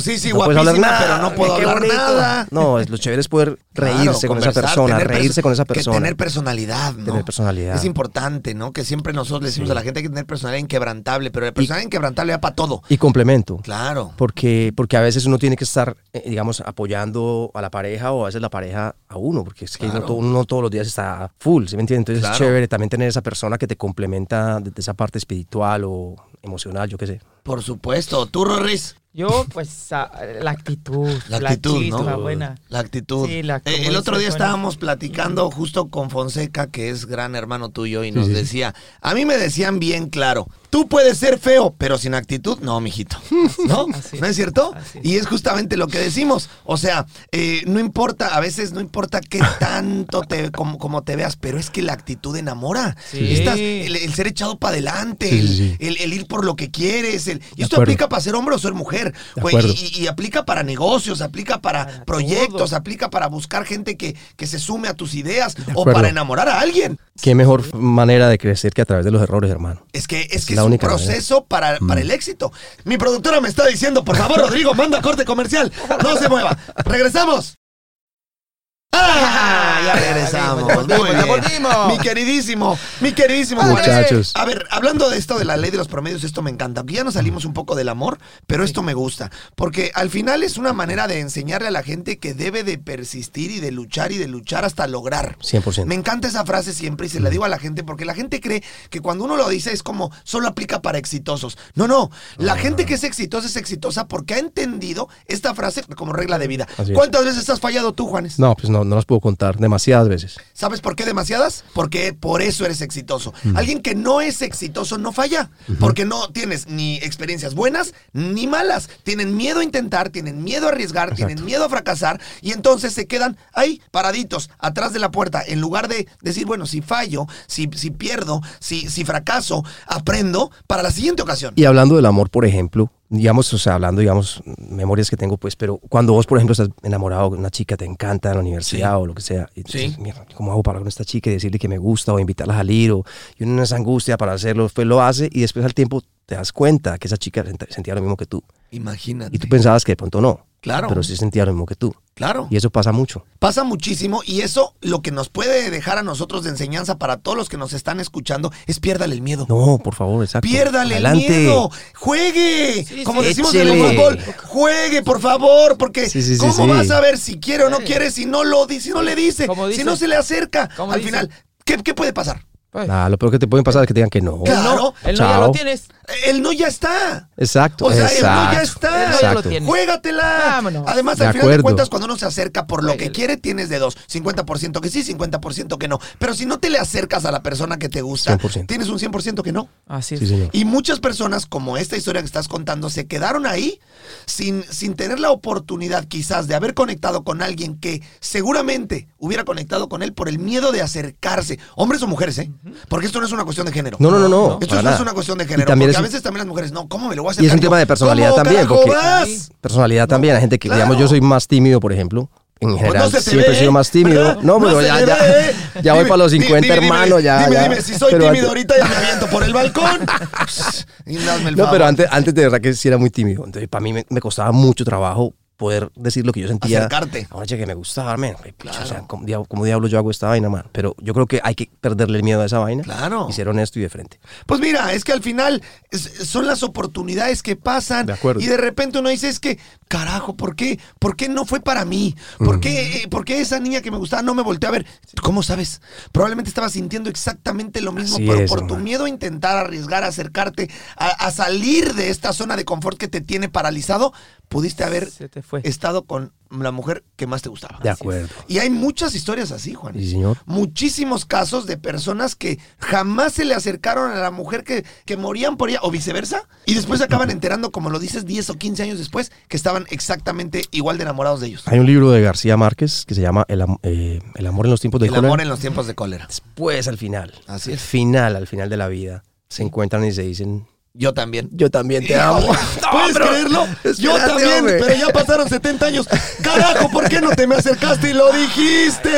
sí, sí,
no puedes hablar
guapísima,
nada,
pero no
qué
puedo hablar
bonito.
nada.
No, es- lo chévere es poder
Claro,
reírse con esa
conversar,
persona,
tener perso-
reírse con esa persona.
Que tener personalidad, ¿no?
Tener personalidad.
Es importante, ¿no? Que siempre nosotros le decimos
Sí.
a la gente que tener personalidad inquebrantable, pero la personalidad inquebrantable va para todo.
Y complemento.
Claro.
Porque, porque a veces uno tiene que estar, eh, digamos, apoyando a la pareja o a veces la pareja a uno, porque es que
Claro.
no, to- uno no todos los días está full, ¿sí me entiendes? Entonces
Claro.
es chévere también tener esa persona que te complementa desde esa parte espiritual o emocional, yo qué sé.
Por supuesto. ¿Tú, Rorris?
Yo, pues, a- la actitud.
La actitud, ¿no?
chispa buena.
La actitud.
Sí, la-
Eh,
como
el
dice
otro día
Juan.
estábamos platicando justo con Fonseca, que es gran hermano tuyo, y nos decía, a mí me decían bien claro, tú puedes ser feo, pero sin actitud, no, mijito. ¿No?
así
¿No es
es,
cierto?
así es.
Y es justamente lo que decimos. O sea, eh, no importa, a veces no importa qué tanto te, como, como te veas, pero es que la actitud enamora.
Sí.
Estás- el, el ser echado para adelante,
Sí,
el,
sí, sí.
el- el ir por lo que quieres. el- y
De
esto
acuerdo.
aplica para ser hombre o ser mujer.
De
güey, y-
acuerdo.
y, y aplica para negocios, aplica para,
Para
proyectos,
todo.
aplica para buscar gente que, que se sume a tus ideas o
acuerdo.
para enamorar a alguien.
Qué mejor f- manera de crecer que a través de los errores, hermano.
Es que es, que
la
es un
única manera. Mm.
proceso para, para el éxito. Mi productora me está diciendo, por favor, Rodrigo, manda corte comercial. No se mueva. Regresamos. ¡Ah! Ya regresamos.
Volvimos,
Muy
ya
bien.
volvimos.
Mi queridísimo, mi queridísimo Juanes.
Muchachos.
A ver, hablando de esto de la ley de los promedios, esto me encanta. Aunque ya nos salimos un poco del amor, pero esto me gusta. Porque al final es una manera de enseñarle a la gente que debe de persistir y de luchar y de luchar hasta lograr.
100%.
Me encanta esa frase siempre y
Mm.
se la digo a la gente porque la gente cree que cuando uno lo dice es como solo aplica para exitosos. No, no. La
Ah.
gente que es exitosa es exitosa porque ha entendido esta frase como regla de vida.
Así es.
¿Cuántas veces has fallado tú, Juanes?
No, pues no, no los puedo contar demasiadas veces.
¿Sabes por qué demasiadas? Porque por eso eres exitoso. Alguien que no es exitoso no falla, porque no tienes ni experiencias buenas ni malas. Tienen miedo a intentar, tienen miedo a arriesgar, tienen miedo a fracasar y entonces se quedan ahí paraditos atrás de la puerta en lugar de decir, bueno, si fallo, si, si pierdo, si, si fracaso, aprendo para la siguiente ocasión.
Y hablando del amor, por ejemplo, digamos, o sea, hablando, digamos, memorias que tengo, pues, pero cuando vos, por ejemplo, estás enamorado de una chica, te encanta en la universidad o lo que sea, y
Sí.
dices, "Mierda, ¿cómo hago para hablar con esta chica y decirle que me gusta o invitarla a salir? O, y uno en esa angustia para hacerlo, después lo hace y después al tiempo te das cuenta que esa chica sent- sentía lo mismo que tú.
Imagínate.
Y tú pensabas que de pronto no.
Claro.
Pero sí sentía lo mismo que tú.
Claro.
Y eso pasa mucho.
Pasa muchísimo y eso lo que nos puede dejar a nosotros de enseñanza para todos los que nos están escuchando es piérdale el miedo.
No, por favor, exacto.
Piérdale
Ah, Adelante.
el miedo, juegue,
Sí,
como
sí.
decimos en el
Échele.
fútbol, juegue por favor, porque
Sí, sí, sí,
cómo
sí.
vas a ver si quiere o no
Sí.
quiere si no lo di- si no le dice,
Como
si
dice.
no se le acerca,
Como
al
dice.
final ¿qué, qué puede pasar?
Pues,
Nah, Ah, lo peor que te pueden pasar es que te digan que no.
¿Qué?
el no, el no ya
Chao.
lo tienes.
El no ya está.
Exacto.
O sea, el
exacto,
no ya está.
El no ya lo
exacto.
tiene.
Juégatela.
Vámonos.
Además,
De
al final de
acuerdo.
cuentas, cuando uno se acerca por lo que
Jueguele.
quiere, tienes de dos. 50% que sí, 50% que no. Pero si no te le acercas a la persona que te gusta,
100%.
tienes un 100% que no.
Así es.
Sí, señor.
Y muchas personas, como esta historia que estás contando, se quedaron ahí sin, sin tener la oportunidad quizás de haber conectado con alguien que seguramente hubiera conectado con él por el miedo de acercarse. Hombres o mujeres, ¿eh? Porque esto no es una cuestión de género.
No, no, no, no.
Esto
para
no es
nada.
una cuestión de
Y
género.
también
Porque
es
a
un-
veces también las mujeres, no, ¿cómo me lo voy a acercar?
Y es un
yo?
tema de personalidad
¿Cómo
también,
carajo
porque
vas?
personalidad también. La gente que,
claro.
digamos, yo soy más tímido, por ejemplo. En
Pues
general,
no se te
siempre
ve,
he sido más tímido.
¿verdad?
No, pero
se
ya,
te
ya,
ve.
<laughs> ya voy
Dime,
para los
di-
50,
dime, dime,
hermano. ya,
dime,
ya.
dime, si soy
Pero
tímido
antes-
ahorita ya me aviento por el balcón.
<laughs>
Y hazme el
No, pero
favor.
antes, antes de verdad que sí era muy tímido. Entonces, para mí me, me costaba mucho trabajo poder decir lo que yo sentía.
Acercarte.
Ahora que me gustaba, man. Ay, pucha, O sea, ¿cómo, diablo, cómo diablo yo hago esta vaina, man? Pero yo creo que hay que perderle el miedo a esa vaina.
Claro.
Y ser honesto y de frente.
Pues mira, es que al final es- son las oportunidades que pasan
De acuerdo.
y de repente uno dice, es que, carajo, ¿por qué? ¿Por qué no fue para mí? ¿Por, qué, eh, por qué esa niña que me gustaba no me volteó a ver? ¿Cómo sabes? Probablemente estaba sintiendo exactamente lo mismo,
Así
pero
es,
por tu
hermano.
miedo a intentar arriesgar, a acercarte, a, a salir de esta zona de confort que te tiene paralizado, pudiste haber
Se te fue.
estado con la mujer que más te gustaba.
De
Así es.
acuerdo.
Y hay muchas historias así, Juan.
Sí, señor.
Muchísimos casos de personas que jamás se le acercaron a la mujer que, que morían por ella o viceversa. Y después acaban enterando, como lo dices, 10 o 15 años después, que estaban exactamente igual de enamorados de ellos.
Hay un libro de García Márquez que se llama El, am- eh, El amor en los tiempos del
El
cólera.
amor en los tiempos de cólera.
Después, al final.
Así
Al
es.
final, al final de la vida. Se encuentran y se dicen,
Yo también.
yo también te
Híjole,
<laughs> amo.
¿Puedes
pero-
creerlo? Yo
<laughs> Espérate,
también,
hombre.
pero
<laughs>
ya pasaron 70 años. Carajo, ¿por qué no te me acercaste y lo dijiste?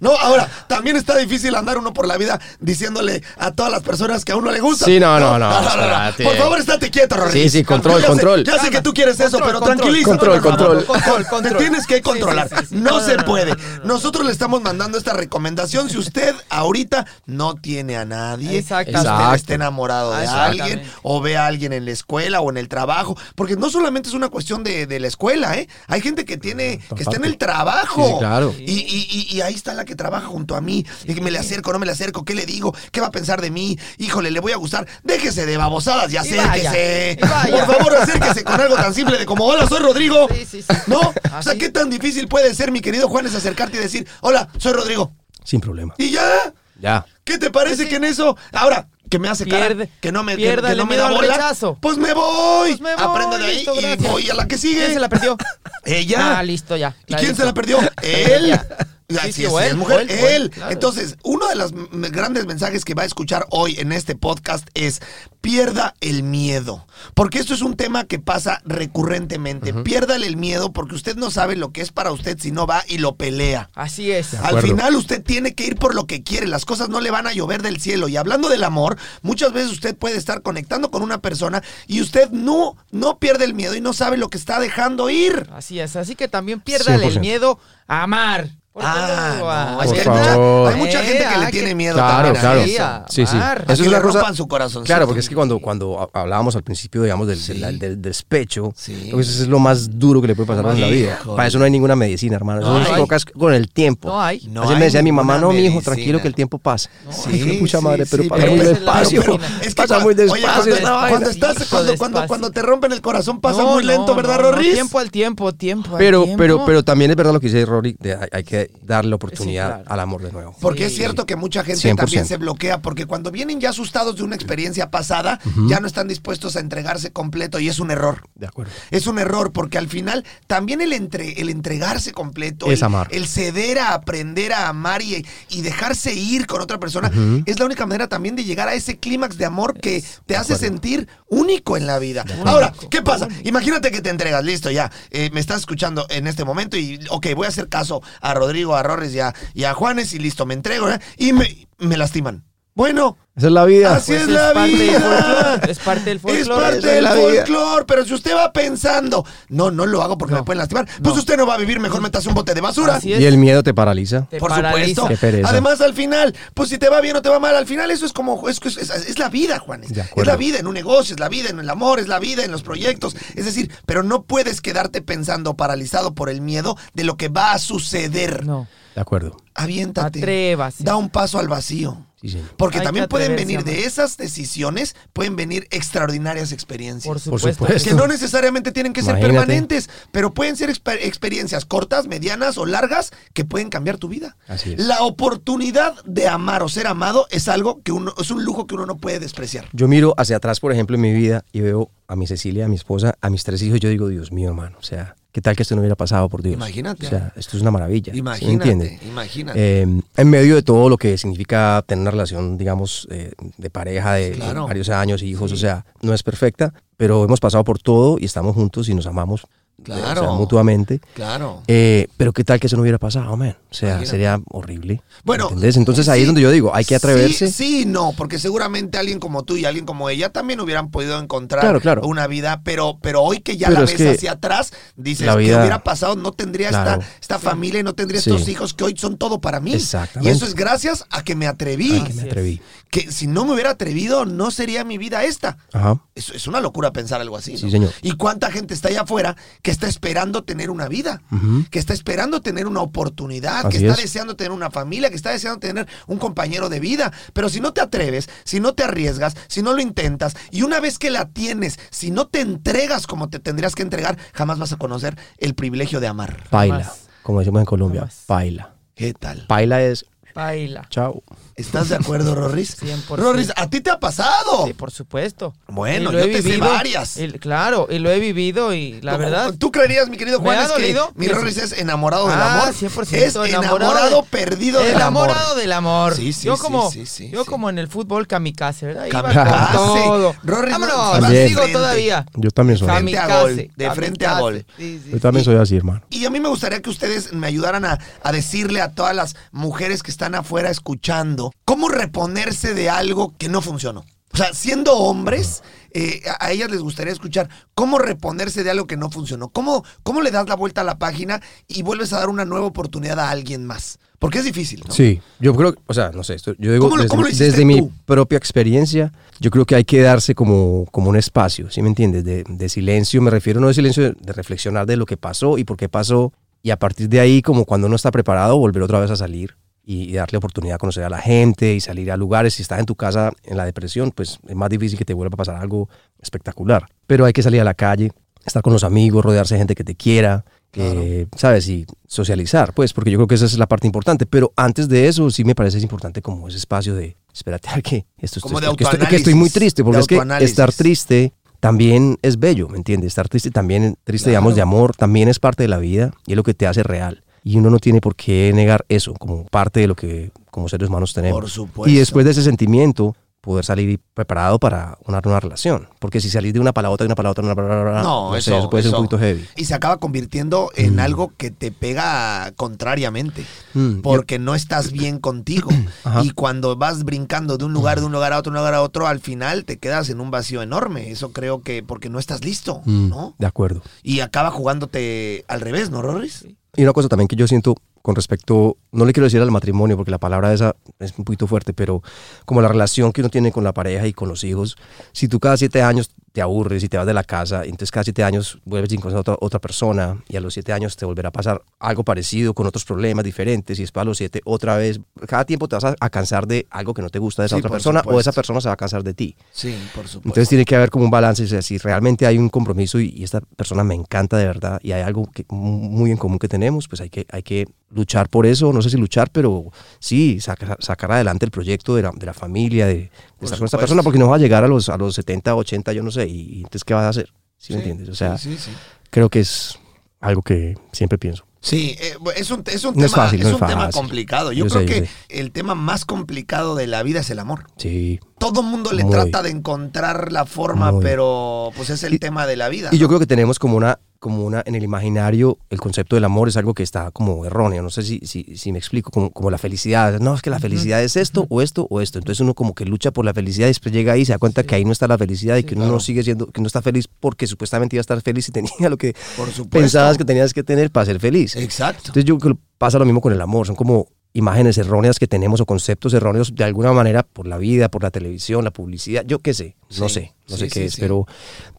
No, ahora, también está difícil andar uno por la vida diciéndole a todas las personas que a uno le gusta.
Sí, no, no, no, espérate.
Por favor, estate quieto, Rory.
Sí, sí,
Yo
control,
ya sé-
control.
ya sé que tú quieres eso,
Control,
pero
control,
tranquilízate.
control,
por favor.
control.
Control,
Te
control.
tienes
Sí,
que
sí,
controlar.
sí, sí.
No
No,
se
no, no,
puede.
no, no, no.
Nosotros le estamos mandando esta recomendación si usted ahorita no tiene a nadie. y usted
Exactamente.
está enamorado de
Exactamente.
alguien o ve a alguien en la escuela o en el trabajo, porque no solamente es una cuestión de, de la escuela, ¿eh? Hay gente que tiene, que está en el trabajo.
Mm, Sí, sí, claro.
Y, y- y- y ahí está la que trabaja junto a mí. Y que me le acerco, no me le acerco, ¿qué le digo? ¿Qué va a pensar de mí? Híjole, le voy a gustar. Déjese de babosadas y acérquese.
Y vaya. Y vaya.
Por favor, acérquese con algo tan simple de como, hola, soy Rodrigo.
Sí, sí, sí.
¿No? O sea,
Así.
¿qué tan difícil puede ser, mi querido Juan, es acercarte y decir, hola, soy Rodrigo?
Sin problema.
Y ya.
Ya.
¿Qué te parece que en eso? Ahora, que me hace cara,
Pierde-
que no me, que,
piérdale
que no me
miedo
da
al
bola,
rechazo.
Pues me voy.
Pues me voy,
Aprendo de ahí
listo,
y
gracias.
voy a la que sigue. Eh,
¿Quién se la perdió?
Ella.
Ah, listo, ya.
¿Y
La
quién
listo.
se la perdió?
<laughs>
Él.
Ella.
Ah,
Sí,
sí,
sí,
es,
o
sí,
él,
es mujer,
o él, o él,
él.
claro.
Entonces, uno de los m- grandes mensajes que va a escuchar hoy en este podcast es pierda el miedo, porque esto es un tema que pasa recurrentemente. Piérdale el miedo porque usted no sabe lo que es para usted si no va y lo pelea.
Así es.
Al
acuerdo.
final usted tiene que ir por lo que quiere, las cosas no le van a llover del cielo. Y hablando del amor, muchas veces usted puede estar conectando con una persona y usted no, no pierde el miedo y no sabe lo que está dejando ir.
Así es. Así que también piérdale
100%.
el miedo a amar. ¿Por qué
Ah,
no
no,
a-
es
Por
que hay,
favor.
mucha, hay mucha gente que
Eh,
le
ah,
tiene
que-
miedo
Claro,
también. a
claro.
eso.
eso.
Sí, sí.
Amar.
A
Eso
que
es
le
una cosa.
rompan su corazoncito.
Claro, porque es que cuando, cuando ha- hablábamos al principio, digamos, del,
Sí.
del, del despecho,
Sí.
creo que eso es lo más duro que le puede pasar a uno en la vida.
Híjole.
Para eso no hay ninguna medicina, hermano. Eso
No
nos
hay.
tocas con el tiempo.
No hay.
No
Ayer
hay
me decía mi mamá,
ninguna
no, mi hijo,
medicina.
tranquilo que el tiempo pasa.
sí,
Ay, pucha
sí,
madre, pero
sí,
pasa
pero
muy
es la-
despacio. <laughs>
pero- es que
pasa
cuando-
muy
oye,
despacio.
cuando,
esta vaina.
cuando
Hijo,
estás, cuando, cuando,
despacio.
cuando te rompen el corazón pasa
No,
muy lento,
no,
¿verdad,
no, no,
Rorris?
Tiempo al tiempo, tiempo al
Pero,
tiempo.
pero, pero también es verdad lo que dice Rory, de- hay, hay que de darle la oportunidad
claro.
al amor de nuevo.
Porque
Sí.
es cierto que mucha gente
100%.
también se bloquea, porque cuando vienen ya asustados de una experiencia pasada, ya no están dispuestos a entregarse completo y es un error.
De acuerdo.
Es un error porque al final también el, entre, el entregarse completo,
Es
el,
amar.
el ceder a aprender a amar y, y dejarse ir con otra persona, es la única manera también de llegar a ese clímax de amor que te hace sentir único en la vida.
acuerdo.
Ahora,
Único,
¿qué pasa?
único.
Imagínate que te entregas, listo, ya, eh, me estás escuchando en este momento y, ok, voy a hacer caso a Rodrigo, a Rorres y a, y a Juanes y listo, me entrego ¿eh? y me, me lastiman. Bueno,
Esa es la vida.
Así
Pues
es
es
la
parte del
vida.
folclore, es parte del
Es
folclore,
parte
esa es
del
la vida.
folclore, Pero si usted va pensando, no, no lo hago porque me pueden lastimar, pues
no. Mm.
usted no va a vivir. Mejor metas un bote de basura.
Así es.
Y el miedo te paraliza.
Te
Por
paraliza.
supuesto.
Qué pereza.
Además, al final, pues si te va bien o te va mal, al final eso es como, es, es- es- es la vida, Juanes.
De
Es
acuerdo.
la vida en un negocio, es la vida en el amor, es la vida en los proyectos. Es decir, pero no puedes quedarte pensando paralizado por el miedo de lo que va a suceder.
No.
De acuerdo.
Aviéntate.
Atrévase.
Da un paso al vacío.
Sí, señor.
Porque
Hay que
también pueden
atreverse,
venir de
amor.
esas decisiones, pueden venir extraordinarias experiencias.
Por
Por
supuesto.
supuesto.
Que no necesariamente tienen que ser
Imagínate.
permanentes, pero pueden ser exper- experiencias cortas, medianas o largas que pueden cambiar tu vida.
Así es.
La oportunidad de amar o ser amado es algo que uno, es un lujo que uno no puede despreciar.
Yo miro hacia atrás, por ejemplo, en mi vida y veo a mi Cecilia, a mi esposa, a mis tres hijos. Yo digo, Dios mío, hermano, o sea, ¿qué tal que esto no hubiera pasado por Dios?
Imagínate.
O sea, esto es una maravilla. ¿sí me
Imagínate,
entiende?
imagínate.
Eh, en medio de todo lo que significa tener una relación, digamos, eh, de pareja de
Claro.
varios años, hijos, o sea, no es perfecta, pero hemos pasado por todo y estamos juntos y nos amamos eh, o sea,
Claro.
mutuamente.
Claro.
Eh, pero qué tal que eso no hubiera pasado, man. O sea,
Imagínate.
sería horrible.
Bueno,
¿entendés? entonces ahí
sí.
es donde yo digo, hay que atreverse.
Sí, sí, no, porque seguramente alguien como tú y alguien como ella también hubieran podido encontrar
Claro, claro.
una vida, pero, pero hoy que ya
Pero
la
es
ves
que
hacia atrás, dices,
la
¿qué
vida-
hubiera pasado? No tendría
Claro.
esta, esta familia y no tendría
Sí.
estos hijos que hoy son todo para mí.
Exactamente.
Y eso es gracias a que me atreví.
Ay, que
Así
me
es.
atreví.
Que si no me hubiera atrevido, no sería mi vida esta.
Ajá.
Es, es una locura pensar algo así. ¿no?
Sí, señor.
¿Y cuánta gente está allá afuera que está esperando tener una vida?
Ujú.
Que está esperando tener una oportunidad, que
Así
está
es.
deseando tener una familia, que está deseando tener un compañero de vida. Pero si no te atreves, si no te arriesgas, si no lo intentas, y una vez que la tienes, si no te entregas como te tendrías que entregar, jamás vas a conocer el privilegio de amar.
Paila,
Jamás.
como decimos en Colombia,
Jamás.
paila.
¿Qué tal?
Paila es
Baila.
chao.
¿Estás de acuerdo, Rorris?
100%.
Rorris, a ti te ha pasado.
Sí, por supuesto.
Bueno,
Y lo
yo
he
te sé
vivido,
varias.
y- claro, y lo he vivido y la verdad.
¿Tú creerías, mi querido
¿Me
Juan,
ha
es que
dolido?
mi Rorris es enamorado del
Ah,
amor?
100%
es enamorado, perdido del amor.
Enamorado del amor.
Sí, sí,
yo
sí,
como,
sí, sí,
yo
sí.
como en el fútbol kamikaze, ¿verdad? Iba
Kamikaze.
con todo.
Rory, no,
Vámonos,
vas
sigo
frente.
todavía.
Yo también soy así.
Fami- a
Kamikaze,
gol, de frente a
kamikaze.
gol.
Sí, sí,
Yo también soy así, hermano.
Y a mí me gustaría que ustedes me ayudaran a, a decirle a todas las mujeres que están afuera escuchando cómo reponerse de algo que no funcionó. O sea, siendo hombres, eh, a, a ellas les gustaría escuchar cómo reponerse de algo que no funcionó. ¿Cómo, ¿Cómo le das la vuelta a la página y vuelves a dar una nueva oportunidad a alguien más? Porque es difícil, ¿no?
Sí, yo creo, o sea, no sé, esto- yo digo
¿Cómo lo-
desde,
cómo lo hiciste
desde mi
tú?
propia experiencia, yo creo que hay que darse como, como un espacio, ¿sí me entiendes? De, de silencio, me refiero no de silencio, de, de reflexionar de lo que pasó y por qué pasó, y a partir de ahí, como cuando uno está preparado, volver otra vez a salir y, y darle oportunidad a conocer a la gente y salir a lugares. Si estás en tu casa en la depresión, pues es más difícil que te vuelva a pasar algo espectacular, pero hay que salir a la calle, estar con los amigos, rodearse de gente que te quiera, eh, ¿sabes? Y socializar, pues, porque yo creo que esa es la parte importante. Pero antes de eso, sí me parece importante como ese espacio de, espérate, a que esto
Como
estoy-
de
que estoy, que estoy muy
autoanálisis,
triste, porque
de
es que
autoanálisis.
estar triste también es bello, ¿me entiendes? Estar triste también, triste, digamos, de amor, también es parte de la vida y es lo que te hace real. Y uno no tiene por qué negar eso como parte de lo que como seres humanos tenemos.
Por supuesto.
Y después de ese sentimiento, poder salir preparado para una nueva relación. Porque si salís de una para la otra, de una para la otra, de una para la otra,
No,
sé,
eso,
puede ser
eso.
un poquito heavy.
Y se acaba convirtiendo en algo que te pega contrariamente.
Mm, yo-
Porque no estás bien contigo.
<clears throat> Ajá. Mm.
Y cuando vas brincando de un lugar, de un lugar a otro, de un lugar a otro, al final te quedas en un vacío enorme. Eso creo que porque no estás listo,
Mm,
¿no?
De acuerdo.
Y acaba jugándote al revés, ¿no, Rorris?
Y una cosa también que yo siento con respecto, no le quiero decir al matrimonio porque la palabra esa es un poquito fuerte, pero como la relación que uno tiene con la pareja y con los hijos, si tú cada siete años te aburres y te vas de la casa, entonces cada siete años vuelves y encuentras a otra, otra persona y a los siete años te volverá a pasar algo parecido con otros problemas diferentes y después a los siete otra vez, cada tiempo te vas a, a cansar de algo que no te gusta de esa
Sí,
otra
por
persona o
supuesto.
esa persona se va a cansar de ti.
Sí, por supuesto.
Entonces tiene que haber como un balance, o sea, si realmente hay un compromiso y, y esta persona me encanta de verdad y hay algo que, mu- muy en común que tenemos, pues hay que, hay que luchar por eso, no sé si luchar, pero sí, saca- sacar adelante el proyecto de la, de la familia, de, de
Por
estar con esta
supuesto.
persona, porque no va a llegar a los, a los 70, 80, yo no sé, y, y entonces, ¿qué vas a hacer? ¿Sí, me
Sí,
entiendes? O sea,
sí, sí, sí.
creo que es algo que siempre pienso.
Sí, eh, bu- es un, es un
No
tema,
es fácil,
es
no
un
es fácil.
tema complicado. Yo,
Yo
creo
sé, yo
que
sé.
el tema más complicado de la vida es el amor.
Sí.
Todo mundo le
Muy.
trata de encontrar la forma,
Muy.
pero pues es el
Y-
tema de la vida.
Y
¿no?
yo creo que tenemos como una, como una, en el imaginario, el concepto del amor es algo que está como erróneo. No sé si, si, si me explico, como, como la felicidad. No, es que la felicidad es esto o esto o esto. Entonces uno como que lucha por la felicidad y después llega ahí y se da cuenta
Sí.
que ahí no está la felicidad y
Sí,
que uno no
claro.
sigue siendo, que no está feliz porque supuestamente iba a estar feliz y tenía lo que
Por supuesto.
<laughs> pensabas que tenías que tener para ser feliz.
Exacto.
Entonces yo creo que pasa lo mismo con el amor, son como imágenes erróneas que tenemos o conceptos erróneos de alguna manera por la vida, por la televisión, la publicidad, yo qué sé, no
Sí,
sé, no
sí,
sé qué
sí,
es,
sí.
pero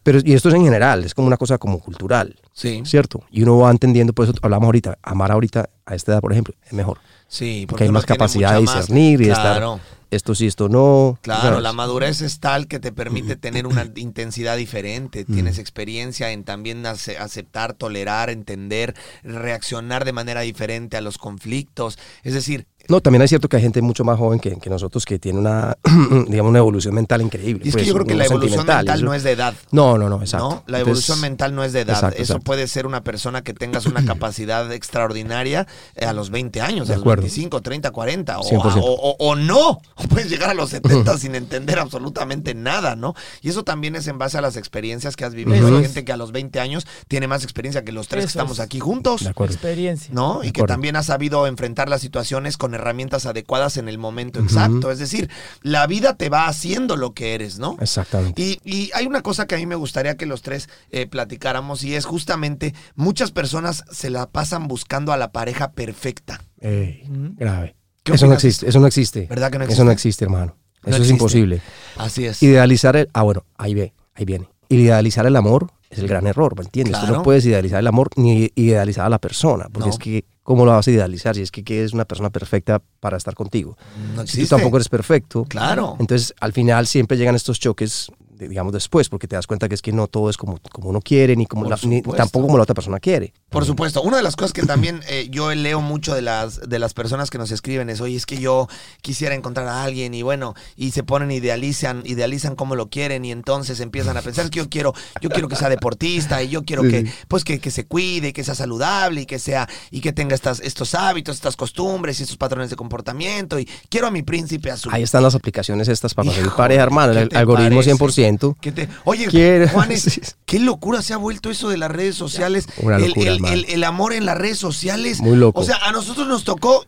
pero y esto es en general, es como una cosa como cultural,
Sí,
¿cierto? Y uno va entendiendo, por eso hablamos ahorita, amar ahorita a esta edad, por ejemplo, es mejor,
sí.
porque hay
uno
más
tiene
capacidad de
mucha más-
discernir y de
Claro.
estar esto sí, esto no.
Claro, la
¿sabes?
madurez es tal que te permite tener una intensidad diferente. Tienes experiencia en también ace- aceptar, tolerar, entender, reaccionar de manera diferente a los conflictos. Es decir,
No, también es cierto que hay gente mucho más joven que, que nosotros que tiene una, <clears throat> digamos, una evolución mental increíble.
y es
pues,
que yo creo que
uno
la evolución
sentimental, y
mental
eso-
no es de edad.
No, no, no, exacto.
¿no? La
Entonces,
evolución mental no es de edad.
exacto,
Eso
exacto.
puede ser una persona que tengas
<clears throat>
una capacidad extraordinaria eh, a los 20 años,
De
a los
acuerdo.
25, 30, 40, o,
100%.
o- o- o no. <laughs> O puedes llegar a los 70 sin entender absolutamente nada, ¿no? Y eso también es en base a las experiencias que has vivido.
Eso
Hay
es.
gente que a los 20 años tiene más experiencia que los tres que
Eso
estamos
es.
aquí juntos.
De acuerdo.
Experiencia.
¿no?
De
Y que
acuerdo.
también ha sabido enfrentar las situaciones con herramientas adecuadas en el momento exacto. Es decir, la vida te va haciendo lo que eres, ¿no?
Exactamente.
Y, y hay una cosa que a mí me gustaría que los tres eh, platicáramos y es justamente muchas personas se la pasan buscando a la pareja perfecta.
Ey,
Ujú.
grave.
¿Qué
Eso no
opinas?
existe, eso no existe.
¿Verdad que no
Eso no
existe?
existe, hermano.
No
eso es
existe.
imposible.
Así es.
Idealizar el... Ah, bueno, ahí ve, ahí viene. Idealizar el amor es el gran error, ¿me entiendes? Tú
Claro.
no puedes idealizar el amor ni idealizar a la persona, porque
No.
es que, ¿cómo la vas a idealizar si es que, que es una persona perfecta para estar contigo?
no
Si
existe.
tú tampoco eres perfecto,
Claro.
entonces al final siempre llegan estos choques, de- digamos después, porque te das cuenta que es que no todo es como, como uno quiere, ni, como
Por
la- ni
supuesto.
tampoco como la otra persona quiere.
Por supuesto, una de las cosas que también eh, yo leo mucho de las, de las personas que nos escriben es, oye, es que yo quisiera encontrar a alguien y bueno, y se ponen, idealizan, idealizan cómo lo quieren y entonces empiezan a pensar "Es que yo quiero, yo quiero que sea deportista y yo quiero
Sí,
que,
sí.
pues que, que se cuide, y que sea saludable y que sea, y que tenga estas, estos hábitos, estas costumbres y estos patrones de comportamiento y quiero a mi príncipe azul.
Ahí están las aplicaciones estas para conseguir
Híjole,
pareja, hermano.
¿qué
El
te
algoritmo
parece?
100%.
Que te- oye,
Quiero-
Juanes,
<laughs> Sí.
qué locura se ha vuelto eso de las redes sociales.
Una
El-
locura,
el,
hermano.
el- el amor en las redes sociales.
Muy loco.
O sea, a nosotros nos tocó.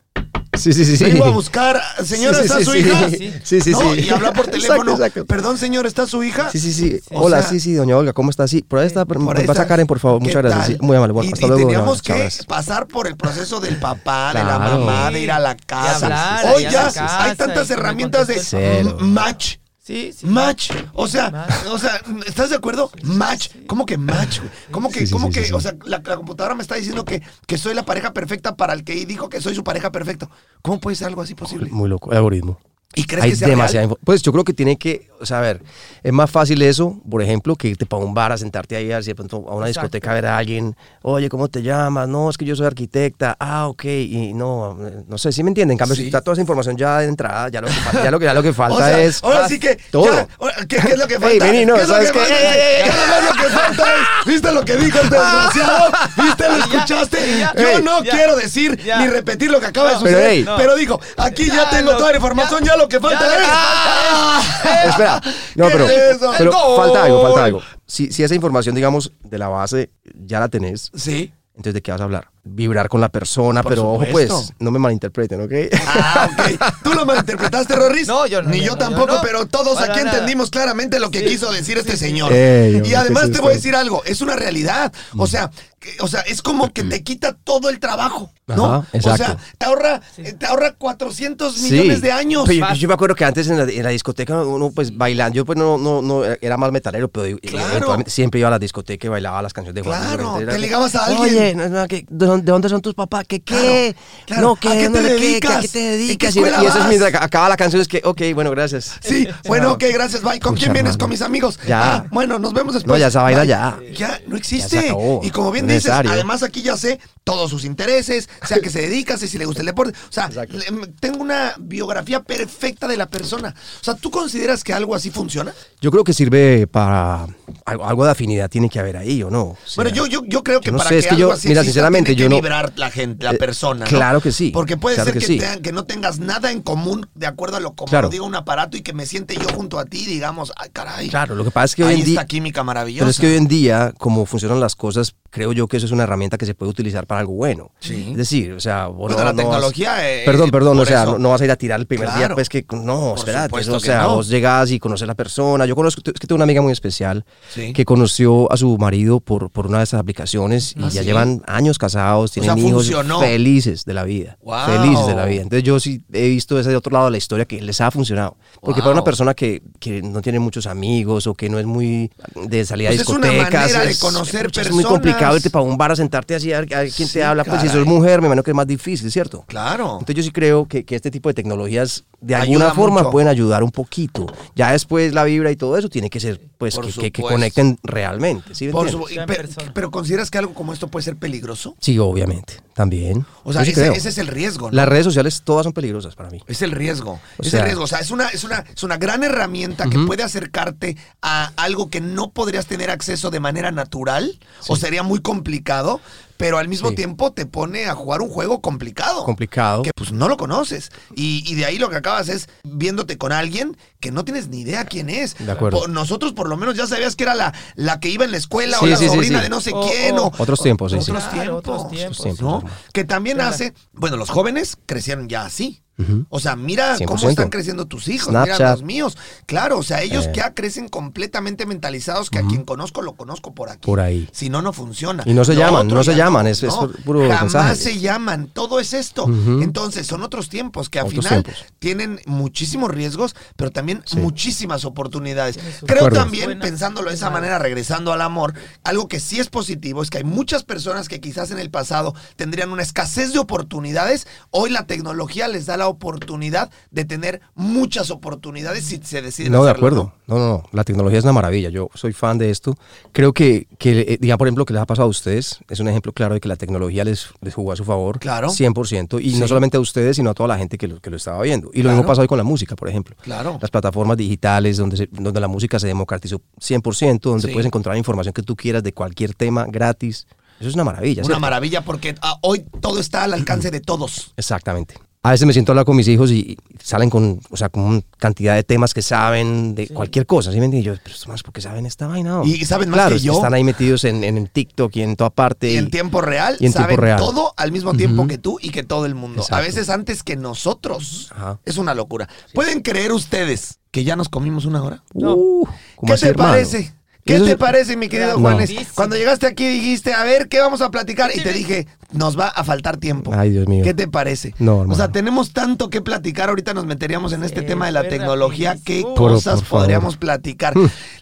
Sí, sí, sí. sí.
Vengo a buscar. Señora,
Sí, sí,
¿está
sí,
su
sí.
hija?
Sí, sí, sí.
No, Y hablar por
Exacto,
teléfono.
exacto.
Perdón, señor, ¿está su hija?
Sí, sí, sí.
O
Hola,
sea, Eh,
sí, sí, doña Olga, ¿cómo está? Sí, por ahí está. Por
Por
pasa
esas-
Karen, por favor.
¿Qué
Muchas gracias.
tal?
sí, muy amable. Bueno,
y,
hasta
y
luego. doña
teníamos
Olga, que
que
abrazo.
pasar por el proceso del papá, de la
Claro.
mamá, de ir a la casa.
hablar,
Hoy
ir a
ya
la casa
hay
y
tantas
que me
herramientas de
contestó
el teléfono.
m- match.
Sí, sí.
Match, o sea,
Match.
o sea, ¿estás de acuerdo? Match, ¿cómo que match? güey? ¿Cómo que,
Sí, sí,
cómo
sí,
que,
sí, sí.
o sea, la, la computadora me está diciendo que, que soy la pareja perfecta para el que dijo que soy su pareja perfecta? ¿Cómo puede ser algo así posible?
Muy loco, el algoritmo.
¿Y crees
Hay
que sea
demasiada
real?
info- Pues yo creo que tiene que, o sea, a ver, es más fácil eso, por ejemplo, que irte para un bar a sentarte ahí, a, ver si de pronto a una
Exacto.
discoteca a ver a alguien, oye, ¿cómo te llamas? No, es que yo soy arquitecta, ah, ok, y no, eh, no sé, si me entienden? En cambio,
Sí.
si está toda esa información ya de entrada, ya lo que, fa- ya lo que, ya
<laughs>
lo que falta
O sea,
es...
ahora sí que,
Todo.
ya, ahora, ¿qué, qué es lo que
<laughs> Ey,
falta?
vení, no,
¿Qué es lo
¿sabes
que
qué?
falta?
Ey, ey, ey,
Ya nada más lo que falta es, ¿viste lo que
<laughs>
dijo el desgraciado? ¿Viste,
<laughs>
lo escuchaste?
Y ya,
Yo
ey,
no
ya,
quiero decir
ya.
ni repetir lo que acaba de
No,
suceder,
pero,
pero,
ey.
digo, aquí ya,
Ya
tengo
lo-
toda la información, ya,
ya,
lo que falta
ya lo
es...
que
¡Ah! <laughs>
Espera, no,
¿Qué
pero,
es eso?
pero
¡Gol!
falta algo, falta algo. Si, si esa información, digamos, de la base ya la tenés,
Sí.
entonces ¿de qué vas a hablar? Vibrar con la persona,
Por
pero
supuesto.
ojo pues, no me malinterpreten, ¿ok? <laughs>
Ah, ok. Tú lo malinterpretaste, Rorris.
No, yo no,
Ni
yo
yo
no,
tampoco,
yo no.
pero todos
Para
aquí
nada.
entendimos claramente lo que quiso decir este señor.
Ey, hombre,
y
qué
además te
susto.
voy a decir algo, es una realidad. O sea, que- o sea, es como que te quita todo el trabajo, ¿no?
Ajá,
o
exacto.
sea, te ahorra, eh, te ahorra 400 millones de años.
Pero yo, yo me acuerdo que antes en la, en la discoteca uno pues bailando, yo pues no, no, no era más metalero, pero eh,
Claro.
eventualmente siempre iba a la discoteca y bailaba las canciones de Juan. Luis
Claro,
Guerra. Era
te
que,
ligabas a alguien.
Oye, no, no, que, ¿de dónde de dónde son tus papás? ¿Qué qué?
Claro, claro.
No, que,
¿A qué te
no sé
dedicas?
¿A qué te
¿En qué
dedicas? Y,
escuela
y eso es
vas?
mientras acaba la canción, es que, ok, bueno, gracias.
Sí, bueno, ok, gracias, bye. ¿Con
Pucha,
quién vienes?
hermano.
¿Con mis amigos?
Ya.
Ah, bueno, nos vemos después.
No, ya esa vaina
Bye.
ya.
Este, Ya, no
Ya
existe.
se acabó.
Y como bien
No es
dices,
necesario.
además aquí ya sé todos sus intereses, sea que se dedica, sea si le gusta el deporte. O sea,
Exacto.
le- tengo una biografía perfecta de la persona. O sea, ¿tú consideras que algo así funciona?
Yo creo que sirve para algo, algo de afinidad tiene que haber ahí o no. O sea,
bueno, yo, yo, yo creo que
yo no
para
sé,
que,
es que
algo
yo-
así
mira,
exista,
sinceramente,
tiene
yo
que
no-
vibrar la gente, la
Eh,
persona. ¿no?
claro que sí,
Porque puede
claro
ser que,
que sí.
tengan- que no tengas nada en común de acuerdo a lo como
Claro.
lo diga un aparato y que me siente yo junto a ti, y digamos, ay, caray.
Claro, lo que pasa es que hoy
ahí
en día
está química maravillosa.
Pero es que hoy en día, como funcionan las cosas, creo yo que eso es una herramienta que se puede utilizar para algo bueno.
Sí.
Es decir, o sea, vos
Bueno, la
vas-
tecnología, eh,
perdón, perdón,
por
o sea,
eso.
no, no vas a ir a tirar el primer
Claro.
día, pues que no,
Por
espérate,
supuesto
o
que
sea,
no.
vos llegás y conoces a la persona. Yo conozco, es que tengo una amiga muy especial
Sí.
que conoció a su marido por, por una de esas aplicaciones y
Ah,
ya
sí.
llevan años casados, tienen
sea,
hijos
funcionó.
felices de la vida,
Wow.
felices de la vida. Entonces yo sí he visto ese otro lado de la historia que les ha funcionado. Porque para
Wow.
una persona que, que no tiene muchos amigos o que no es muy de salir a
Pues es una
discotecas,
manera de conocer
es muy
personas.
complicado irte para un bar a sentarte así a ver, a ver quién
Sí,
te habla. Pues si
caray.
sos mujer, me imagino que es más difícil, ¿cierto?
Claro.
Entonces yo sí creo que, que este tipo de tecnologías de
Ayuda
alguna forma
mucho.
pueden ayudar un poquito. Ya después la vibra y todo eso tiene que ser pues
Por
que, que- que
supuesto.
conecten realmente. ¿sí me
Por
entiendes?
su-
Sea en
pe-
persona.
pero consideras que algo como esto puede ser peligroso?
Sí, obviamente, también.
O sea,
Yo sí
ese,
creo.
ese es el riesgo, ¿no?
Las redes sociales todas son peligrosas para mí.
Es el riesgo.
O
es
sea-
el riesgo. O sea, es una, es una, es una gran herramienta que puede acercarte a algo que no podrías tener acceso de manera natural o sería muy complicado, pero al mismo
Sí.
tiempo te pone a jugar un juego complicado.
Complicado.
que pues no lo conoces. Y, y de ahí lo que acabas es viéndote con alguien que no tienes ni idea quién es.
De acuerdo.
Por- nosotros por lo menos ya sabías que era la, la que iba en la escuela o
Sí,
la
sí, sí,
sobrina
sí.
de no sé
O-
quién.
o-
o-
Otros tiempos, sí, sí.
otros
Claro, otros
tiempos.
tiempos.
Otros tiempos.
¿no? Que también
Claro.
hace, bueno, los jóvenes crecieron ya así. O sea, mira cómo
100%.
están creciendo tus hijos, mira
Snapchat.
los míos. Claro, o sea, ellos
Eh.
ya crecen completamente mentalizados que a quien conozco lo conozco por aquí.
Por ahí.
Si no, no funciona.
Y no se
Lo
llaman,
otro
no se
ya
llaman, es- es puro
Jamás
mensaje.
se llaman, todo es esto.
Ujú.
Entonces, son otros tiempos que al
Otros
final
tiempos.
tienen muchísimos riesgos, pero también muchísimas oportunidades.
sus
Creo
Acuerdo.
también,
buenas y
pensándolo de esa
malas.
manera, manera, regresando al amor, algo que sí es positivo es que hay muchas personas que quizás en el pasado tendrían una escasez de oportunidades. Hoy la tecnología les da la oportunidad de tener muchas oportunidades si se deciden
No, de
hacerlo,
acuerdo. No, no, no. La tecnología es una maravilla. Yo soy fan de esto. Creo que, que eh, diga, por ejemplo, que les ha pasado a ustedes. Es un ejemplo claro de que la tecnología les, les jugó a su favor.
Claro.
100%. Y
Sí.
no solamente a ustedes, sino a toda la gente que lo, que lo estaba viendo. Y lo
Claro.
mismo pasa hoy con la música, por ejemplo.
Claro.
Las plataformas digitales donde, se- donde la música se democratizó 100%, donde
Sí.
puedes encontrar información que tú quieras de cualquier tema gratis. Eso es una maravilla.
Una
¿cierto?
maravilla porque ah, hoy todo está al alcance de todos.
Exactamente. A veces me siento a hablar con mis hijos y y salen con, o sea, con un- cantidad de temas que saben de cualquier cosa, ¿sí me entiendes? Y Yo, pero estos manes, ¿por qué saben esta vaina? hombre?"
Y saben más
Claro,
que
es
yo.
Están ahí metidos en, en el TikTok y en toda parte.
Y en
y-
tiempo real
y en tiempo
saben
real.
todo al mismo tiempo que tú y que todo el mundo. A
Exacto.
veces antes que nosotros.
Ajá.
Es una locura. ¿Pueden creer ustedes que ya nos comimos una hora?
No.
Uh, ¿cómo
¿Qué
así,
te
hermano?
parece? ¿Qué
Eso
te
es-
parece, mi querido
No.
Juanes? Cuando
Grandísimo.
llegaste aquí dijiste, a ver, ¿qué vamos a platicar? Y te dije, nos va a faltar tiempo.
Ay, Dios mío.
¿Qué te parece?
No,
o
hermano.
sea, tenemos tanto que platicar. Ahorita nos meteríamos en este
Sí,
tema de la
fue
tecnología. ¿Qué
rapidísimo.
Por-
cosas
por favor. Mm.
podríamos platicar?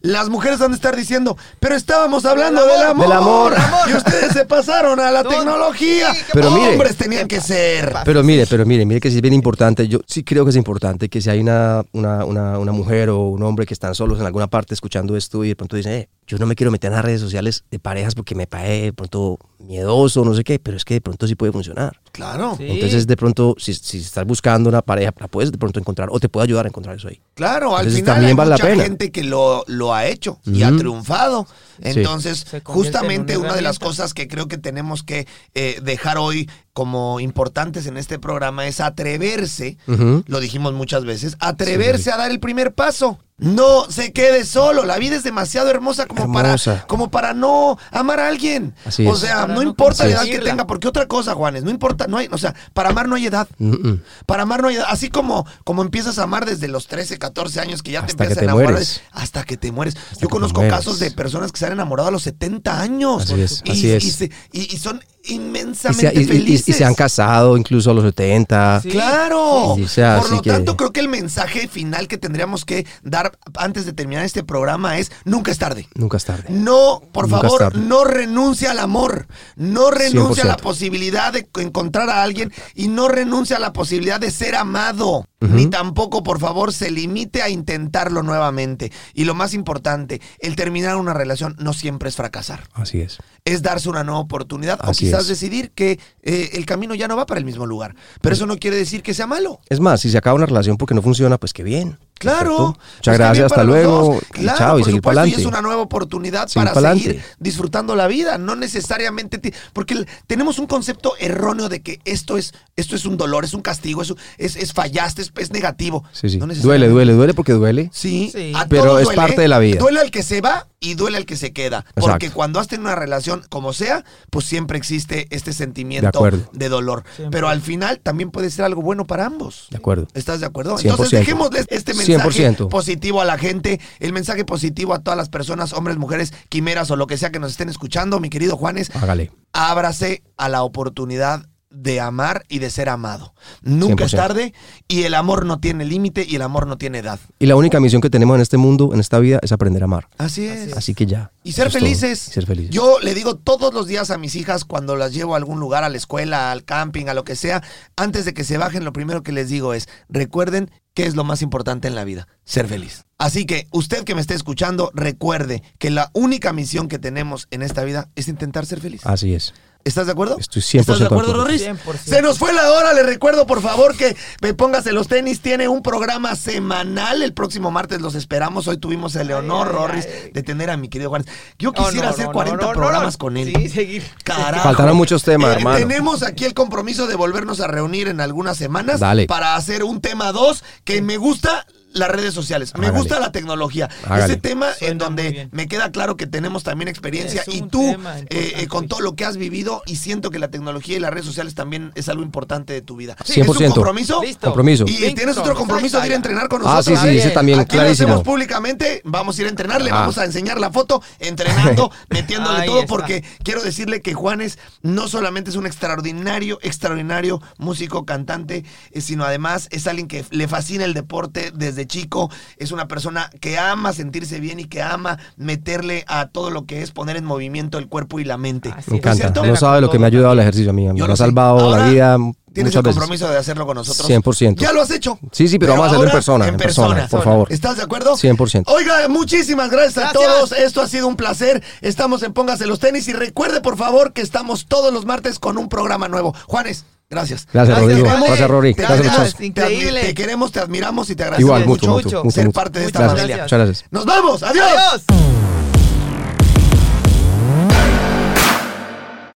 Las mujeres van a estar diciendo, pero estábamos hablando del amor.
amor, del amor.
Y ustedes se pasaron a la
No,
tecnología.
sí, qué
Pero mire.
Hombres tenían que ser.
Pero mire, pero mire, mire que sí es bien importante. Yo sí creo que es importante que si hay una, una, una, una mujer o un hombre que están solos en alguna parte escuchando esto y de pronto dicen, eh, yo no me quiero meter en las redes sociales de parejas porque me parece de pronto miedoso, no sé qué, pero es que de pronto sí puede funcionar.
Claro,
Sí.
Entonces, de pronto, si, si estás buscando una pareja, la puedes de pronto encontrar o te puede ayudar a encontrar eso ahí.
claro. Al
Entonces,
final
también
hay
vale la
mucha
pena.
gente que lo, lo ha hecho y ha
Ujú.
triunfado. Entonces,
Se convierte en
justamente
una
una de las
herramienta.
cosas que creo que tenemos que eh, dejar hoy como importantes en este programa es atreverse,
Ujú.
lo dijimos muchas veces, atreverse a dar el primer paso. No se quede solo, la vida es demasiado hermosa como para
Hermosa.
como para no amar a alguien.
Así
o
es.
sea,
Para
no
no
importa la edad que
confundirla.
tenga, porque otra cosa, Juanes, no importa, no hay, o sea, para amar no hay edad.
Mm-mm.
Para amar no hay edad. Así como, como empiezas a amar desde los 13, 14 años que ya te
Hasta
empiezas
que
a
te
enamorar.
mueres.
Hasta que te mueres.
que
Yo
te
conozco
mueres.
casos de personas que se han enamorado a los 70 años.
Así es,
y,
así es.
Y, se- y- y son
Y, se,
inmensamente
y- y- y- y
felices.
se han casado incluso a los 70.
Sí.
Claro.
Sí, sí, o sea,
Por
así
lo
que-
tanto, creo que el mensaje final que tendríamos que dar antes de terminar este programa es nunca es tarde.
Nunca es tarde.
No, por
Nunca es
favor,
tarde.
no renuncia al amor. No renuncia a la
100%.
posibilidad de encontrar a alguien y no renuncia a la posibilidad de ser amado.
Ujú.
ni tampoco, por favor, se limite a intentarlo nuevamente. Y lo más importante, el terminar una relación no siempre es fracasar,
Así es.
es darse una nueva oportunidad
Así
o quizás
es.
decidir que eh, el camino ya no va para el mismo lugar. Pero eso no quiere decir que sea malo.
Es más, si se acaba una relación porque no funciona, pues qué bien.
Claro.
Perfecto.
Pues
Muchas
está bien
gracias, hasta
para los
luego.
dos.
y
Claro,
chao, y
por
seguir para
supuesto, y es
adelante.
una nueva oportunidad
Seguir
para
pa'lante.
seguir disfrutando la vida. No necesariamente. ti- Porque el- tenemos un concepto erróneo de que esto es, esto es un dolor, es un castigo, es, un- es, es fallaste, es, es negativo.
Sí, sí.
No
duele,
necesariamente.
duele, duele porque duele.
Sí,
Sí.
a
Pero
todos
es
duele,
parte
¿eh?
de la vida.
Duele al que se va y duele al que se queda. Porque
Exacto.
cuando has tenido una relación, como sea, pues siempre existe este sentimiento de,
acuerdo.
dolor.
Siempre.
Pero al final también puede ser algo bueno para ambos.
De acuerdo.
¿Estás de acuerdo?
100%.
Entonces dejémosles este mensaje
100%.
positivo a la gente, el mensaje positivo a todas las personas, hombres, mujeres, quimeras o lo que sea que nos estén escuchando, mi querido Juanes,
Hágale.
ábrase a la oportunidad de amar y de ser amado. Nunca es
100%.
tarde y el amor no tiene límite y el amor no tiene edad.
Y la única misión que tenemos en este mundo, en esta vida, es aprender a amar.
Así es.
Así que ya.
Y ser
eso es todo.
felices.
Y ser felices.
Yo le digo todos los días a mis hijas cuando las llevo a algún lugar, a la escuela, al camping, a lo que sea, antes de que se bajen, lo primero que les digo es, recuerden qué es lo más importante en la vida, ser feliz. Así que usted que me esté escuchando, recuerde que la única misión que tenemos en esta vida es intentar ser feliz.
Así es.
¿Estás de acuerdo?
Estoy 100%
¿Estás de acuerdo,
de acuerdo.
Rorris?
100%.
Se nos fue la hora. Le recuerdo, por favor, que me póngase los tenis. Tiene un programa semanal. El próximo martes los esperamos. Hoy tuvimos el honor,
ay,
Rorris,
ay.
de tener a mi querido Juan. Yo
No,
quisiera
no,
hacer
no,
40
no, no,
programas
no.
con él.
Sí, seguir.
Carajo.
Faltaron muchos temas,
Eh,
hermano.
Tenemos aquí el compromiso de volvernos a reunir en algunas semanas
Dale.
para hacer un tema 2 que me gusta las redes sociales. Me
Hágale.
gusta la tecnología.
Hágale.
Ese tema en
Suena muy
donde
bien.
me queda claro que tenemos también experiencia
Es
y
un
tú
tema
eh,
importante.
eh, con todo lo que has vivido y siento que la tecnología y las redes sociales también es algo importante de tu vida. ¿Es un
100%.
compromiso?
Listo.
Compromiso.
Y tienes otro compromiso de ir a entrenar con
Ah,
nosotros.
sí, sí,
Dale.
ese también,
Aquí lo
clarísimo.
hacemos públicamente, vamos a ir a entrenar, le
Ah.
vamos a enseñar la foto,
<laughs>
entrenando, metiéndole
Ahí
todo,
está.
porque quiero decirle que Juanes no solamente es un extraordinario, extraordinario músico, cantante, eh, sino además es alguien que le fascina el deporte desde chico, es una persona que ama sentirse bien y que ama meterle a todo lo que es poner en movimiento el cuerpo y la mente.
Así
Me
¿No es
encanta.
cierto?
No sabe lo que me ha ayudado el ejercicio a mí. Me
Yo
ha
lo sé.
salvado
Ahora
la vida
Tienes
muchas
el
veces.
compromiso de hacerlo con nosotros.
100%.
Ya lo has hecho.
Sí, sí, pero vamos a hacerlo en
ahora
persona, en persona, por favor.
¿Estás de acuerdo?
100%.
Oiga, muchísimas gracias, a
Gracias.
todos. Esto ha sido un placer. Estamos en Póngase los tenis y recuerde, por favor, que estamos todos los martes con un programa nuevo. Juanes, gracias.
Gracias,
Te
Rodrigo.
queremos.
Gracias, Rory.
Te
Gracias,
admiramos,
muchachos.
te admi-
Increíble.
Te queremos, te admiramos y te agradecemos
Igual, mucho,
mucho
mucho. mucho,
ser
mucho.
parte de esta
Gracias.
familia.
Muchas gracias.
Nos vamos. Adiós.
Adiós.